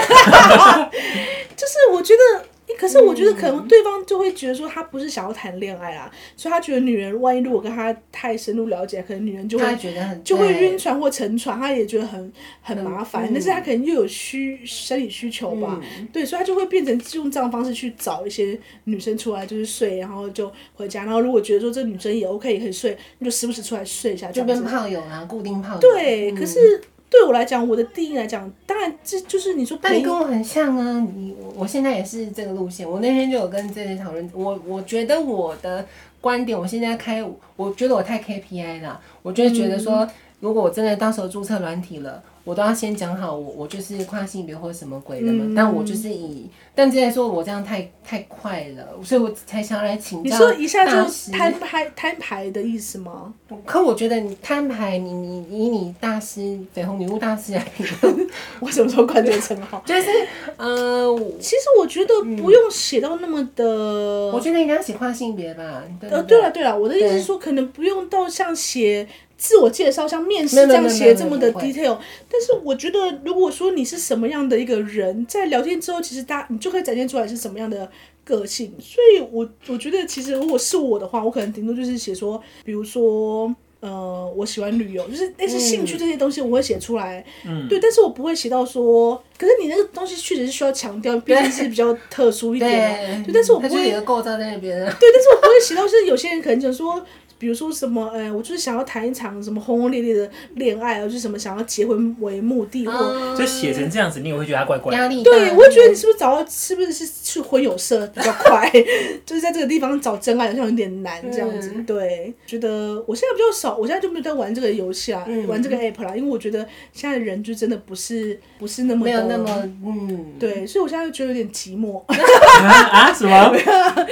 [SPEAKER 3] 就是我觉得。诶可是我觉得可能对方就会觉得说他不是想要谈恋爱啊，所以他觉得女人万一如果跟他太深入了解，可能女人就
[SPEAKER 1] 他
[SPEAKER 3] 会
[SPEAKER 1] 觉得很
[SPEAKER 3] 就会
[SPEAKER 1] 对
[SPEAKER 3] 晕船或沉船，他也觉得很很麻烦。
[SPEAKER 1] 嗯
[SPEAKER 3] 但是他可能又有需生理需求吧，
[SPEAKER 1] 嗯
[SPEAKER 3] 对，所以他就会变成用这样的方式去找一些女生出来，就是睡，然后就回家。然后如果觉得说这女生也 OK 也可以睡，那就时不时出来睡一下，
[SPEAKER 1] 就
[SPEAKER 3] 这样
[SPEAKER 1] 变
[SPEAKER 3] 子
[SPEAKER 1] 炮友啦，固定炮友。
[SPEAKER 3] 对，
[SPEAKER 1] 嗯
[SPEAKER 3] 可是对我来讲，我的定义来讲，当然这就是你说
[SPEAKER 1] 但
[SPEAKER 3] 朋
[SPEAKER 1] 你跟
[SPEAKER 3] 友
[SPEAKER 1] 我很像啊，你我我现在也是这个路线。我那天就有跟 J J 讨论，我我觉得我的观点，我现在开，我觉得我太 KPI 了，我就会觉得
[SPEAKER 3] 嗯
[SPEAKER 1] 说，如果我真的到时候注册软体了，我都要先讲好我我就是跨性别或者什么鬼的嘛。
[SPEAKER 3] 嗯
[SPEAKER 1] 但我就是以，但 J J 说我这样太太快了，所以我才想要来请
[SPEAKER 3] 你
[SPEAKER 1] 教。
[SPEAKER 3] 说一下
[SPEAKER 1] 大
[SPEAKER 3] 就
[SPEAKER 1] 师
[SPEAKER 3] 摊牌摊牌的意思吗？
[SPEAKER 1] 可我觉得你摊牌，你你以你大师绯红女巫大师来评论，？
[SPEAKER 3] 我什么时候冠这个称号
[SPEAKER 1] 就是呃，我
[SPEAKER 3] 其实我觉得不用写到那么的。
[SPEAKER 1] 我觉得应该要写跨性别吧。对
[SPEAKER 3] 呃，
[SPEAKER 1] 不
[SPEAKER 3] 对
[SPEAKER 1] 对
[SPEAKER 3] 了对了，我的意思
[SPEAKER 1] 对
[SPEAKER 3] 是说，可能不用到像写自我介绍、像面试
[SPEAKER 1] 没有
[SPEAKER 3] 这样
[SPEAKER 1] 没有没
[SPEAKER 3] 写
[SPEAKER 1] 有
[SPEAKER 3] 这
[SPEAKER 1] 没有
[SPEAKER 3] 么的
[SPEAKER 1] 不会
[SPEAKER 3] detail。但是我觉得，如果说你是什么样的一个人，在聊天之后，其实大你就可以展现出来是什么样的个性。所以我我觉得，其实如果是我的话，我可能顶多就是写说，比如说。呃，我喜欢旅游，就是那些兴
[SPEAKER 1] 嗯
[SPEAKER 3] 趣这些东西，我会写出来。嗯，对，但是我不会写到说，可是你那个东西确实是需要强调，毕竟是比较特殊一点的。
[SPEAKER 1] 对
[SPEAKER 3] 对，但是我
[SPEAKER 1] 它
[SPEAKER 3] 不
[SPEAKER 1] 就是
[SPEAKER 3] 会
[SPEAKER 1] 有个构造在那边 啊。
[SPEAKER 3] 对，但是我不会写到，就是有些人可能想说，比如说什么，呃，我就是想要谈一场什么轰轰烈烈的恋爱啊，就是什么想要结婚为目的，
[SPEAKER 1] 嗯
[SPEAKER 3] 或、
[SPEAKER 2] 就写成这样子，你也会觉得他怪怪
[SPEAKER 1] 啊压
[SPEAKER 2] 的。
[SPEAKER 1] 力大，
[SPEAKER 3] 对，我会觉得你是不是找到，是不是是去婚友社比较快， 就是在这个地方找真爱好像有点难这样子。
[SPEAKER 1] 嗯
[SPEAKER 3] 对，觉得我现在比较少，我现在就没有在玩这个游戏啦，
[SPEAKER 1] 嗯
[SPEAKER 3] 玩这个 app 啦，因为我觉得现在人就真的不是不是那么
[SPEAKER 1] 没有
[SPEAKER 3] 的
[SPEAKER 1] 那么嗯，
[SPEAKER 3] 对，所以我现在就觉得有点寂寞，
[SPEAKER 2] 啊啊？什么？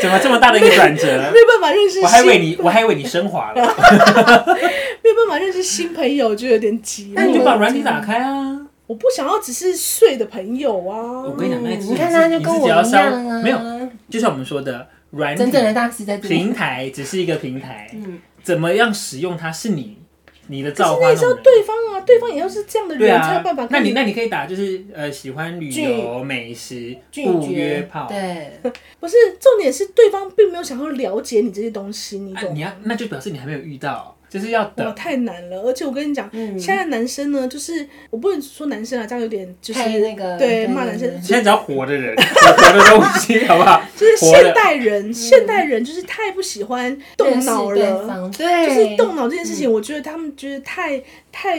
[SPEAKER 2] 怎么这么大的一个转折？
[SPEAKER 3] 没有办法认识
[SPEAKER 2] 我还以
[SPEAKER 3] 新，
[SPEAKER 2] 为你，我还以为你升华 了。
[SPEAKER 3] 没有办法认识新朋友，就有点寂寞。
[SPEAKER 2] 那你就把软体打开啊。
[SPEAKER 3] 我不想要只是睡的朋友啊。
[SPEAKER 2] 我跟你讲，那
[SPEAKER 1] 嗯你看他就跟我
[SPEAKER 2] 只要
[SPEAKER 1] 一
[SPEAKER 2] 稍
[SPEAKER 1] 样啊，
[SPEAKER 2] 没有，就像我们说的，软
[SPEAKER 1] 真正的
[SPEAKER 2] 体
[SPEAKER 1] 大师在这里。
[SPEAKER 2] 平台只是一个平台，
[SPEAKER 1] 嗯，
[SPEAKER 2] 怎么样使用它是你你的
[SPEAKER 3] 可是
[SPEAKER 2] 造
[SPEAKER 3] 你
[SPEAKER 2] 化
[SPEAKER 3] 也是
[SPEAKER 2] 弄
[SPEAKER 3] 要
[SPEAKER 2] 人。
[SPEAKER 3] 对方啊，对方也要是这样的
[SPEAKER 2] 对
[SPEAKER 3] 人才
[SPEAKER 2] 啊
[SPEAKER 3] 有办法，
[SPEAKER 2] 那
[SPEAKER 3] 跟
[SPEAKER 2] 你那你可以打就是呃喜欢旅游、美食、
[SPEAKER 1] 拒
[SPEAKER 2] 不约
[SPEAKER 1] 绝
[SPEAKER 2] 炮，啊
[SPEAKER 1] 对，
[SPEAKER 3] 不是重点是对方并没有想要了解你这些东西，你
[SPEAKER 2] 啊
[SPEAKER 3] 懂
[SPEAKER 2] 你
[SPEAKER 3] 吗？
[SPEAKER 2] 要那就表示你还没有遇到，就是要
[SPEAKER 3] 哇，
[SPEAKER 2] 等。
[SPEAKER 3] 太难了！而且我跟你讲，
[SPEAKER 1] 嗯
[SPEAKER 3] 现在男生呢，就是我不能说男生啊，这样有点就是
[SPEAKER 1] 太那个
[SPEAKER 3] 对骂男生
[SPEAKER 2] 你现在 只要活的人，有活的东西，好不好？
[SPEAKER 3] 就是
[SPEAKER 2] 活嗯的
[SPEAKER 3] 现代人，现代人就是太不喜欢动脑了，，
[SPEAKER 1] 对对
[SPEAKER 3] 就
[SPEAKER 1] 认识对方，
[SPEAKER 3] 是动脑这件事情，我觉得他们觉得太太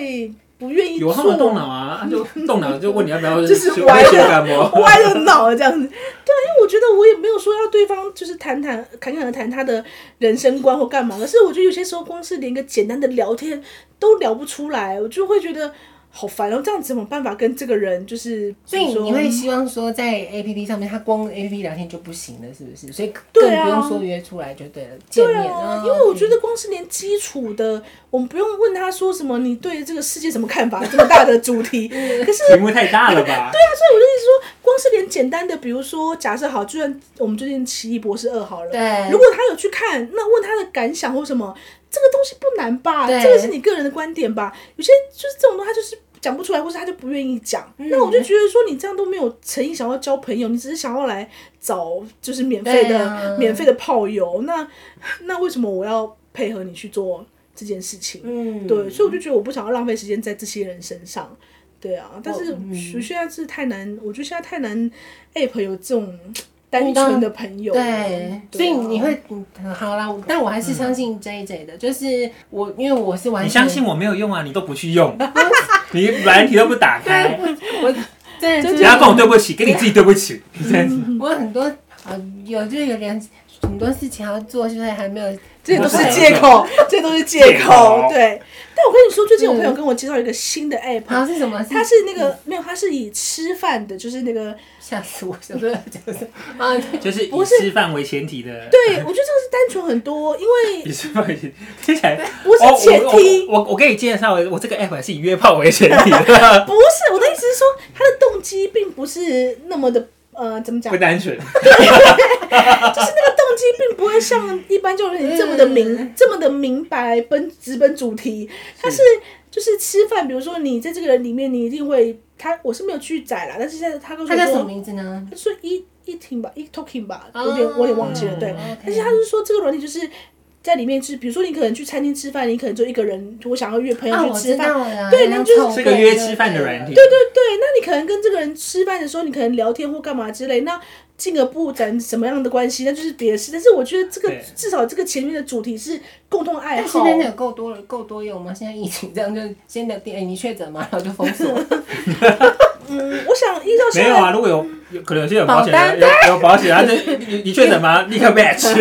[SPEAKER 3] 不愿意
[SPEAKER 2] 有
[SPEAKER 3] 做，
[SPEAKER 2] 他们动脑啊，他就动脑就问你要不要，
[SPEAKER 3] 就是
[SPEAKER 2] 去
[SPEAKER 3] 歪
[SPEAKER 2] 去
[SPEAKER 3] 的
[SPEAKER 2] 干 嘛？
[SPEAKER 3] 歪着脑这样子。对啊，因为我觉得我也没有说要对方就是谈谈侃侃而谈他的人生观或干嘛，可是我觉得有些时候光是连个简单的聊天都聊不出来，我就会觉得好烦哦。然后这样子怎么办法跟这个人就是，
[SPEAKER 1] 所以
[SPEAKER 3] 比如说
[SPEAKER 1] 你会希望说，在 A P P 上面，他光 A P P 聊天就不行了，是不是？所以更
[SPEAKER 3] 对啊
[SPEAKER 1] 不用说约出来就对了，见
[SPEAKER 3] 对
[SPEAKER 1] 面
[SPEAKER 3] 啊
[SPEAKER 1] 嗯，
[SPEAKER 3] 因为我觉得光是连基础的，我们不用问他说什么，你对这个世界什么看法，这么大的主题。可是
[SPEAKER 2] 题目太大了吧？
[SPEAKER 3] 对啊，所以我就一直说，光是连简单的，比如说假设好，就算我们最近《奇异博士二》好了，
[SPEAKER 1] 对
[SPEAKER 3] 如果他有去看，那问他的感想或什么，这个东西不难吧？
[SPEAKER 1] 对
[SPEAKER 3] 这个是你个人的观点吧？有些就是这种东西，他就是讲不出来，或是他就不愿意讲。
[SPEAKER 1] 嗯
[SPEAKER 3] 那我就觉得说，你这样都没有诚意想要交朋友，你只是想要来找就是免费
[SPEAKER 1] 对
[SPEAKER 3] 的、
[SPEAKER 1] 啊
[SPEAKER 3] 免费的炮友。那那为什么我要配合你去做这件事情？
[SPEAKER 1] 嗯，
[SPEAKER 3] 对，所以我就觉得我不想要浪费时间在这些人身上。对啊，但是
[SPEAKER 1] 嗯
[SPEAKER 3] 我现在是太难，我觉得现在太难 app 有这种单纯的朋友了。
[SPEAKER 1] 对，所
[SPEAKER 3] 对
[SPEAKER 1] 以
[SPEAKER 3] 啊
[SPEAKER 1] 你会嗯好啦，但我还是相信 J J 的，就是我，因为我是完
[SPEAKER 2] 你
[SPEAKER 1] 全
[SPEAKER 2] 相信我没有用啊，你都不去 用，你软体都不打开，
[SPEAKER 1] 我，真的
[SPEAKER 2] 人
[SPEAKER 1] 就是
[SPEAKER 2] 家跟我对不起，跟你自己对不起，这样子。
[SPEAKER 1] 我很多呃有就是有点很多事情要做，所以还没有
[SPEAKER 3] 这些
[SPEAKER 2] 不
[SPEAKER 3] 都是
[SPEAKER 2] 是
[SPEAKER 3] 借口，这些都是借
[SPEAKER 2] 借
[SPEAKER 3] 口
[SPEAKER 2] 口。
[SPEAKER 3] 对，但我跟你说，最近我
[SPEAKER 1] 嗯啊
[SPEAKER 3] 朋友跟我介绍一个新的 app，、
[SPEAKER 1] 好是什么？
[SPEAKER 3] 它是那个没有，它是以吃饭的，就是那个，
[SPEAKER 1] 吓死我，想说就是 啊，
[SPEAKER 2] 就是以
[SPEAKER 3] 不是
[SPEAKER 2] 吃饭为前提的，
[SPEAKER 3] 对我觉得这个是单纯很多，因为
[SPEAKER 2] 以吃饭为前提，听起来
[SPEAKER 3] 不是
[SPEAKER 2] 哦我
[SPEAKER 3] 前提。
[SPEAKER 2] 我我我给你介绍，我这个 app 是以约炮为前提 的，
[SPEAKER 3] 不是我的意思是说，他的动机并不是那么的，呃，怎么讲？
[SPEAKER 2] 不单纯。
[SPEAKER 3] 就是那个动机并不会像一般就是你这么的明、
[SPEAKER 1] 嗯
[SPEAKER 3] 这么的明白奔直奔主题，它是就是吃饭，比如说你在这个人里面，你一定会他我是没有去宰啦，但是现在他跟我
[SPEAKER 1] 他
[SPEAKER 3] 说
[SPEAKER 1] 叫什么哦名字呢？啊
[SPEAKER 3] 他说一一听吧，一 talking 吧，有点我有点忘记了，对，
[SPEAKER 1] 嗯
[SPEAKER 3] 但是他是说这个软体就是。在里面就是，比如说你可能去餐厅吃饭，你可能就一个人，我想要约朋友
[SPEAKER 1] 啊，
[SPEAKER 3] 去
[SPEAKER 1] 我
[SPEAKER 3] 吃
[SPEAKER 1] 知
[SPEAKER 3] 饭，
[SPEAKER 1] 道了，
[SPEAKER 3] 对那就是
[SPEAKER 2] 是个约吃饭的软体
[SPEAKER 3] 对对对，那你可能跟这个人吃饭的时候，你可能聊天或干嘛之类，那进而不展什么样的关系，那就是别的事。但是我觉得这个
[SPEAKER 2] 对
[SPEAKER 3] 至少这个前面的主题是共同爱
[SPEAKER 1] 但
[SPEAKER 3] 好
[SPEAKER 1] 现。在那有够多了，够多用吗？现在疫情这样就先聊天，哎，你确诊吗？然后就封 锁，
[SPEAKER 3] 嗯，我想依照
[SPEAKER 2] 没
[SPEAKER 3] 现
[SPEAKER 2] 有
[SPEAKER 3] 在，
[SPEAKER 2] 啊，如果有有可能有些有保
[SPEAKER 1] 保
[SPEAKER 2] 险
[SPEAKER 1] 单
[SPEAKER 2] 的，有有保险啊，这你你确诊吗？立 刻 match。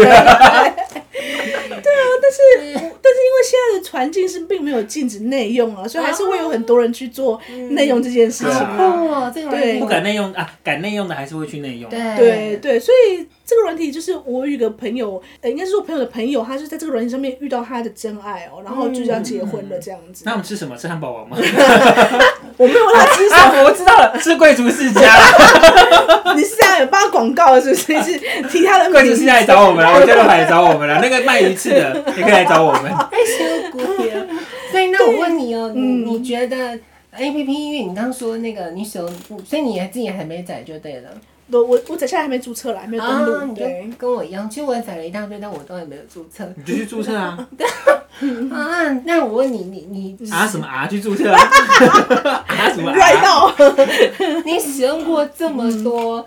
[SPEAKER 3] 但是因为现在的环境是并没有禁止内用啊，所以还是会
[SPEAKER 2] 哦
[SPEAKER 3] 有很多人去做内用这件事情
[SPEAKER 2] 对
[SPEAKER 1] 好
[SPEAKER 2] 啊
[SPEAKER 1] 酷
[SPEAKER 3] 啊。
[SPEAKER 1] 哦，这个软
[SPEAKER 3] 嗯对
[SPEAKER 1] 体
[SPEAKER 2] 不敢内用啊，敢内用的还是会去内用。
[SPEAKER 1] 对啊
[SPEAKER 3] 对，对，所以这个软体就是我有一个朋友，呃，应该是说朋友的朋友，他是在这个软体上面遇到他的真爱哦，然后就是要结婚了这样子。
[SPEAKER 2] 那我们吃什么？吃汉堡王 吗？
[SPEAKER 3] 我没有问他吃什么，
[SPEAKER 2] 啊，我知道了， 吃贵族世家，
[SPEAKER 3] 你是这样有帮他广告是不是？ 是提他的
[SPEAKER 2] 贵
[SPEAKER 3] 名
[SPEAKER 2] 族世
[SPEAKER 3] 字
[SPEAKER 2] 家来找我们啊了，我家老板来找我们了，那个卖鱼翅的也可以来找我们。
[SPEAKER 1] 太羞姑 了。所以那我问你哦，你
[SPEAKER 3] 嗯
[SPEAKER 1] 你觉得 A P P，因为你刚说那个你手，所以你自己还没载就对了。
[SPEAKER 3] 我我我在现在还没注册啦，还没有登录。
[SPEAKER 1] 啊，你就
[SPEAKER 3] 对，
[SPEAKER 1] 跟我一样，其实我也载了一大堆，但我都还没有注册。
[SPEAKER 2] 你就去注册啊！
[SPEAKER 3] 嗯
[SPEAKER 1] 啊，那我问你，你你
[SPEAKER 2] 啊什么啊？去注 册啊！啊什么
[SPEAKER 3] 软
[SPEAKER 2] 啊？
[SPEAKER 3] 到
[SPEAKER 1] 你使用过这么多，
[SPEAKER 3] 嗯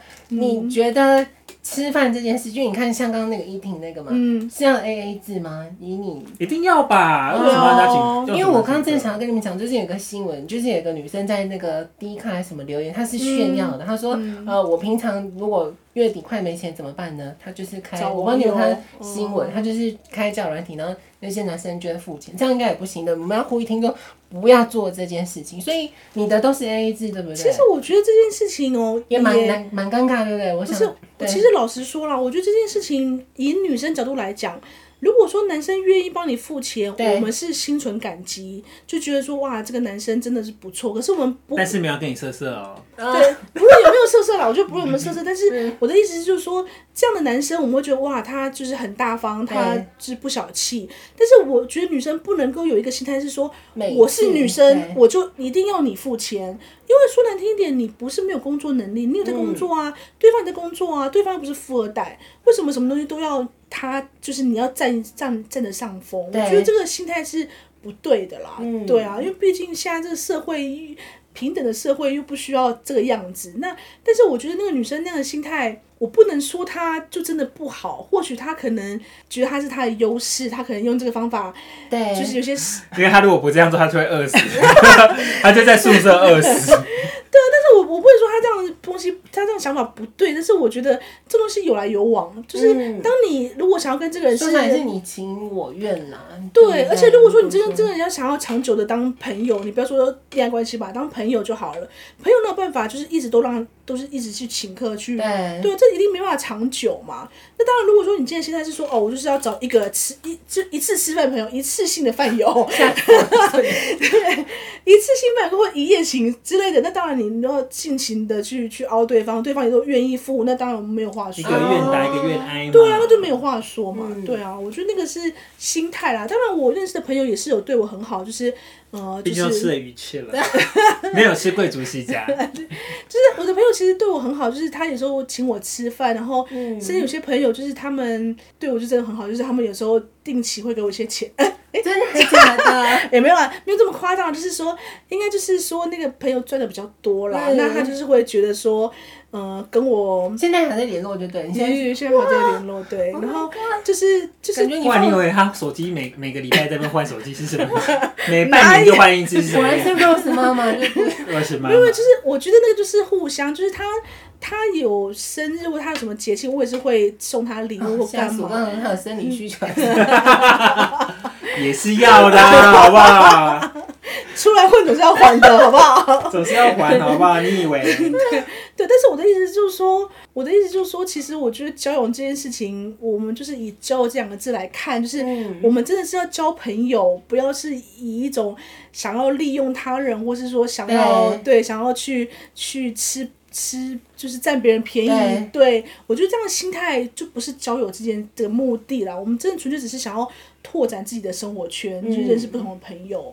[SPEAKER 1] 你觉得吃饭这件事，就你看像刚刚那个依婷那个嘛，
[SPEAKER 3] 嗯，
[SPEAKER 1] 是要 A A 制吗？以你。
[SPEAKER 2] 一定要吧？为什么要啊加
[SPEAKER 3] 哦
[SPEAKER 2] 请？
[SPEAKER 1] 因为我刚刚正想要跟你们讲，就是有个新闻，就是有个女生在那个 D 卡还是什么留言，她是
[SPEAKER 3] 嗯
[SPEAKER 1] 炫耀的，她说，呃，我平常如果月底快没钱怎么办呢？她就是开，
[SPEAKER 3] 找
[SPEAKER 1] 我帮你们
[SPEAKER 3] 网友嗯
[SPEAKER 1] 看新闻，她就是开叫软体，然后那些男生就会付钱，这样应该也不行的。我们要呼吁听众不要做这件事情，所以你的都是 A A 制，对不对？
[SPEAKER 3] 其实我觉得这件事情哦，
[SPEAKER 1] 也蛮难蛮尴尬，对不对？我
[SPEAKER 3] 不
[SPEAKER 1] 想
[SPEAKER 3] 是，
[SPEAKER 1] 对
[SPEAKER 3] 其实老实说啦，我觉得这件事情以女生角度来讲，如果说男生愿意帮你付钱，
[SPEAKER 1] 对
[SPEAKER 3] 我们是心存感激，就觉得说哇，这个男生真的是不错。可是我们不
[SPEAKER 2] 啊但是没有跟你色色哦。
[SPEAKER 1] 呃
[SPEAKER 3] 对，不论有没有色色啦，我觉得不论有没有 色色，但
[SPEAKER 1] 嗯
[SPEAKER 3] 是我的意思是，就是说这样的男生，我们会觉得哇，他就是很大方，他
[SPEAKER 1] 对
[SPEAKER 3] 就是不小气。但是我觉得女生不能够有一个心态是说，
[SPEAKER 1] 每
[SPEAKER 3] 我是
[SPEAKER 1] 次
[SPEAKER 3] 女生
[SPEAKER 1] 对，
[SPEAKER 3] 我就一定要你付钱。因为说难听一点，你不是没有工作能力，你有在工作
[SPEAKER 1] 嗯
[SPEAKER 3] 啊，对方也在工作啊，对方又不是富二代，为什么什么东西都要他？就是你要占占占着上风，我
[SPEAKER 1] 对
[SPEAKER 3] 觉得这个心态是不对的啦。
[SPEAKER 1] 嗯
[SPEAKER 3] 对啊，因为毕竟现在这个社会平等的社会又不需要这个样子。那但是我觉得那个女生那样的心态，我不能说她就真的不好，或许她可能觉得她是她的优势，她可能用这个方法，
[SPEAKER 1] 对，
[SPEAKER 3] 就是有些
[SPEAKER 2] 因为他如果不这样做，他就会饿死， 他就在宿舍饿死。
[SPEAKER 3] 我我不会说他这样的东西，他这样想法不对，但是我觉得这东西有来有往，就是
[SPEAKER 1] 嗯
[SPEAKER 3] 当你如果想要跟这个人是
[SPEAKER 1] 说，白是你嗯情我愿啦。
[SPEAKER 3] 对，而且如果说你真
[SPEAKER 1] 个
[SPEAKER 3] 的真的要想要长久的当朋友，你不要说恋爱关系吧，当朋友就好了。朋友哪有办法就是一直都让都是一直去请客去，
[SPEAKER 1] 对
[SPEAKER 3] 对，这一定没办法长久嘛。那当然，如果说你今天心态是说，哦，我就是要找一个吃一就一次吃饭朋友，一次性的饭友， 一次性办或一夜情之类的，那当然你要尽情的去去凹对方，对方也都愿意付，那当然我们没有 话
[SPEAKER 2] 一
[SPEAKER 3] 说。
[SPEAKER 2] 个愿打，一个愿挨嘛。
[SPEAKER 3] 对啊，那就没有话说嘛。
[SPEAKER 1] 嗯
[SPEAKER 3] 对啊，我觉得那个是心态啦。当然，我认识的朋友也是有对我很好，就是呃，就
[SPEAKER 2] 毕竟
[SPEAKER 3] 是
[SPEAKER 2] 都吃了鱼翅了，没有吃贵族西 家。
[SPEAKER 3] 就是我的朋友其实对我很好，就是他有时候请我吃饭，然后
[SPEAKER 1] 嗯
[SPEAKER 3] 甚至有些朋友就是他们对我就真的很好，就是他们有时候定期会给我一些钱，
[SPEAKER 1] 哎真的还假的？
[SPEAKER 3] 也没有啊，没有这么夸张，就是说，应该就是说那个朋友赚的比较多啦，
[SPEAKER 1] 嗯
[SPEAKER 3] 那他就是会觉得说，呃，跟我
[SPEAKER 1] 现在还在联络，就对，你现
[SPEAKER 3] 现
[SPEAKER 1] 在哦
[SPEAKER 3] 在现在还有在联络，对，然后就是就是
[SPEAKER 1] 感觉你
[SPEAKER 2] 哇，
[SPEAKER 1] 放
[SPEAKER 2] 你以为他手机每每个礼拜在那换手机是什 么？每半年就换一只是什
[SPEAKER 1] 果
[SPEAKER 2] 么
[SPEAKER 1] 然是
[SPEAKER 2] 样？
[SPEAKER 1] Rose 妈妈，就是
[SPEAKER 2] 二十吗？
[SPEAKER 3] 因为就是我觉得那个就是互相，就是他他有生日或他有什么节庆，我也是会送他礼物或
[SPEAKER 1] 下
[SPEAKER 3] 干
[SPEAKER 1] 属
[SPEAKER 3] 嘛。嗯
[SPEAKER 1] 刚很有生理需求，
[SPEAKER 2] 也是要的 啊，好不好？
[SPEAKER 3] 出来混总是要还的，好不好？
[SPEAKER 2] 总是要还，好不好？你以为？
[SPEAKER 3] 对，但是我的意思就是说，我的意思就是说，其实我觉得交友这件事情，我们就是以“交”这两个字来看，就是
[SPEAKER 1] 嗯，
[SPEAKER 3] 我们真的是要交朋友，不要是以一种想要利用他人，或是说想要对想要去去吃吃，就是占别人便宜。对我觉得这样的心态就不是交友之间的目的啦。我们真的纯粹只是想要拓展自己的生活圈，
[SPEAKER 1] 嗯
[SPEAKER 3] 去认识不同的朋友。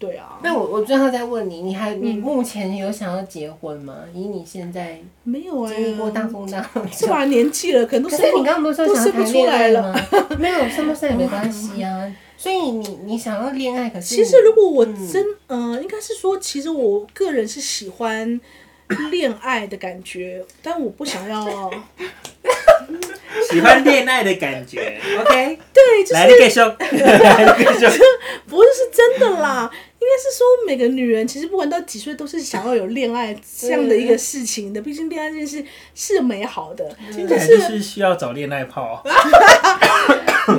[SPEAKER 3] 对啊，
[SPEAKER 1] 那我我最后再问你，你还你
[SPEAKER 3] 嗯
[SPEAKER 1] 目前有想要结婚吗？以你现在
[SPEAKER 3] 没有哎、
[SPEAKER 1] 经历过大风大浪，
[SPEAKER 3] 是吧？年纪了，嗯可能都
[SPEAKER 1] 可
[SPEAKER 3] 是
[SPEAKER 1] 是你刚刚不是说想要谈恋爱吗？ 没有，生不生也没关系啊。所以你你想要恋爱，可是
[SPEAKER 3] 嗯其实如果我真，呃，应该是说，其实我个人是喜欢恋爱的感觉，但我不想要。
[SPEAKER 2] 喜欢恋爱的感觉，OK？
[SPEAKER 3] 对，就
[SPEAKER 2] 来，
[SPEAKER 3] 是
[SPEAKER 2] 你给胸，来，你给 胸。
[SPEAKER 3] 不是是真的啦。应该是说，每个女人其实不管到几岁，都是想要有恋爱这样的一个事情的。毕竟恋爱这件事是美好的，
[SPEAKER 2] 听起
[SPEAKER 3] 但
[SPEAKER 2] 来就是是需要找恋爱炮。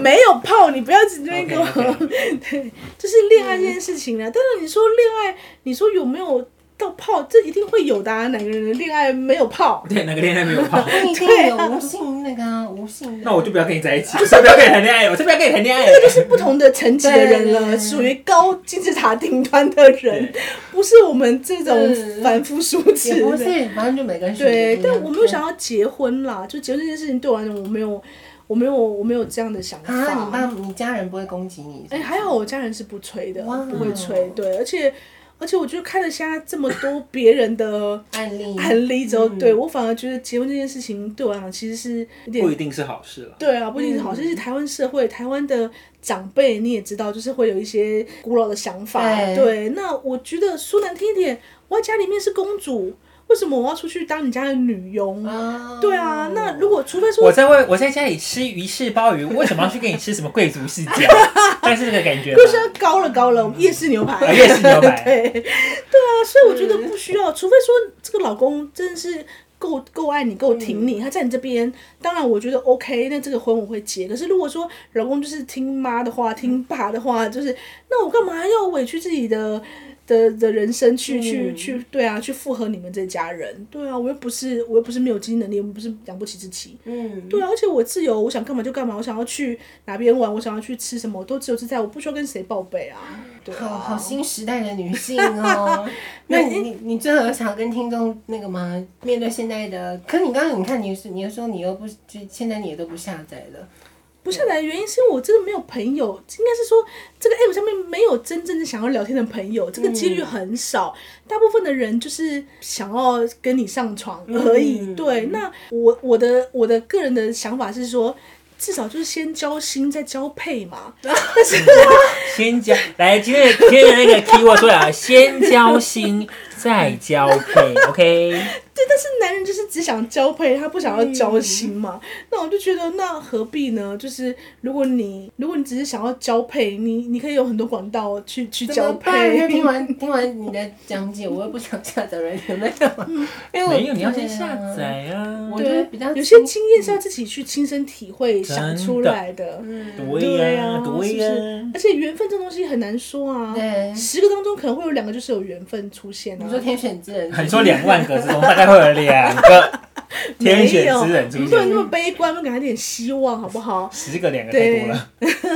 [SPEAKER 3] 没有泡，你不要只那个
[SPEAKER 2] OK，OK
[SPEAKER 3] 对， 就是恋爱这件事情啊。但是你说恋爱，你说有没有到泡？这一定会有的、啊。哪个人的恋爱没有泡？
[SPEAKER 2] 对，哪个恋爱没有炮？
[SPEAKER 1] 那你一定有无性那个啊无性的，
[SPEAKER 2] 那我就不要跟你在一 起，我才不要跟你谈恋爱，我才不要跟你谈恋爱。
[SPEAKER 3] 就是不同的层级的
[SPEAKER 1] 对
[SPEAKER 3] 人
[SPEAKER 1] 对
[SPEAKER 3] 了，
[SPEAKER 1] 对
[SPEAKER 3] 属于高金字塔顶端的人，不是我们这
[SPEAKER 1] 嗯
[SPEAKER 3] 种凡夫俗子
[SPEAKER 1] 也
[SPEAKER 3] 的。
[SPEAKER 1] 不是，反正就每个人选择
[SPEAKER 3] 对，
[SPEAKER 1] 不一样啊
[SPEAKER 3] 但我没有想要结婚啦，就结婚这件事情对我来讲，我没有，我没有，我没有这样的想法。
[SPEAKER 1] 啊，你爸你家人不会攻击你？
[SPEAKER 3] 哎、还好我家人是不催的
[SPEAKER 1] 哇，
[SPEAKER 3] 不会催。对，而且而且我觉得看了现在这么多别人的
[SPEAKER 1] 案例
[SPEAKER 3] 案例之后，
[SPEAKER 1] 嗯
[SPEAKER 3] 对我反而觉得结婚这件事情对我来讲其实是有点
[SPEAKER 2] 不一定是好事了。
[SPEAKER 3] 对啊，不一定是好，就是台湾社会，台湾的长辈你也知道，就是会有一些古老的想法。
[SPEAKER 1] 对
[SPEAKER 3] 那我觉得说难听一点，我在家里面是公主，为什么我要出去当你家的女佣？
[SPEAKER 1] 啊，
[SPEAKER 3] 对啊，那如果除非
[SPEAKER 2] 我
[SPEAKER 3] 说，
[SPEAKER 2] 在外，我在家里吃鱼翅鲍鱼，为什么要去跟你吃什么贵族世 家？但是这个感觉
[SPEAKER 3] 就
[SPEAKER 2] 吗
[SPEAKER 3] 是要高了高了，夜市牛排。
[SPEAKER 2] 啊，越是牛排，
[SPEAKER 3] 对，对啊，所以我觉得
[SPEAKER 1] 嗯
[SPEAKER 3] 不需要，除非说这个老公真的是够够爱你、够挺
[SPEAKER 1] 嗯
[SPEAKER 3] 你，他在你这边，当然我觉得 OK，那这个婚我会结。可是如果说老公就是听妈的话、听爸的话，就是那我干嘛要委屈自己的的的人生去去
[SPEAKER 1] 嗯
[SPEAKER 3] 去，对啊，去附和你们这家人，对啊，我又不是我又不是没有经济能力，我们不是养不起自己，
[SPEAKER 1] 嗯，
[SPEAKER 3] 对啊，而且我自由，我想干嘛就干嘛，我想要去哪边玩，我想要去吃什么，我都自由自在，我不需要跟谁报备啊，对啊，
[SPEAKER 1] 好好新时代的女性 哦。那你你你最后有想要跟听众那个吗？面对现在的，可你刚刚你看你是你又说你又不就现在你也都不下载了，
[SPEAKER 3] 不下载的原因是因为我真的没有朋友，应该是说这个 app 上面没有真正的想要聊天的朋友，这个几
[SPEAKER 1] 嗯
[SPEAKER 3] 率很少。大部分的人就是想要跟你上床而已。
[SPEAKER 1] 嗯
[SPEAKER 3] 对，那我我的我的个人的想法是说，至少就是先交心再交配嘛。
[SPEAKER 2] 先交来今天的今天的那个 keyword 出来了，先交心再交配，OK？
[SPEAKER 3] 对，但是男人就是只想交配，他不想要
[SPEAKER 1] 嗯
[SPEAKER 3] 交心嘛。那我就觉得，那何必呢？就是如果你如果你只是想要交配，你你可以有很多管道去去
[SPEAKER 1] 怎么
[SPEAKER 3] 交
[SPEAKER 1] 办？
[SPEAKER 3] 配
[SPEAKER 1] 那。听完听完你的讲解，我又不想下载软件，没有， 因为我
[SPEAKER 2] 没有，你要
[SPEAKER 1] 对啊
[SPEAKER 2] 先下载啊。
[SPEAKER 1] 我觉
[SPEAKER 3] 对，
[SPEAKER 1] 得比较
[SPEAKER 3] 有些
[SPEAKER 1] 亲
[SPEAKER 3] 经验是要自己去亲身体会、想出来的。
[SPEAKER 1] 嗯，
[SPEAKER 2] 对呀，对
[SPEAKER 3] 对
[SPEAKER 2] 呀
[SPEAKER 3] 呀，而且缘分这种东西很难说啊，
[SPEAKER 1] 对。
[SPEAKER 3] 十个当中可能会有两个就是有缘分出现
[SPEAKER 1] 你说
[SPEAKER 3] 啊。
[SPEAKER 1] 天选之人，
[SPEAKER 2] 你说两万个之中，大概会有两个天选之人出
[SPEAKER 3] 不能
[SPEAKER 2] 现，
[SPEAKER 3] 那么悲观，我们给他点希望好不好？
[SPEAKER 2] 十个两个太多了。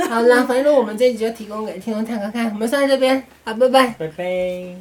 [SPEAKER 1] 好啦，反正我们这一集就提供给听众探看看。我们算在这边，好，拜拜。
[SPEAKER 2] 拜拜。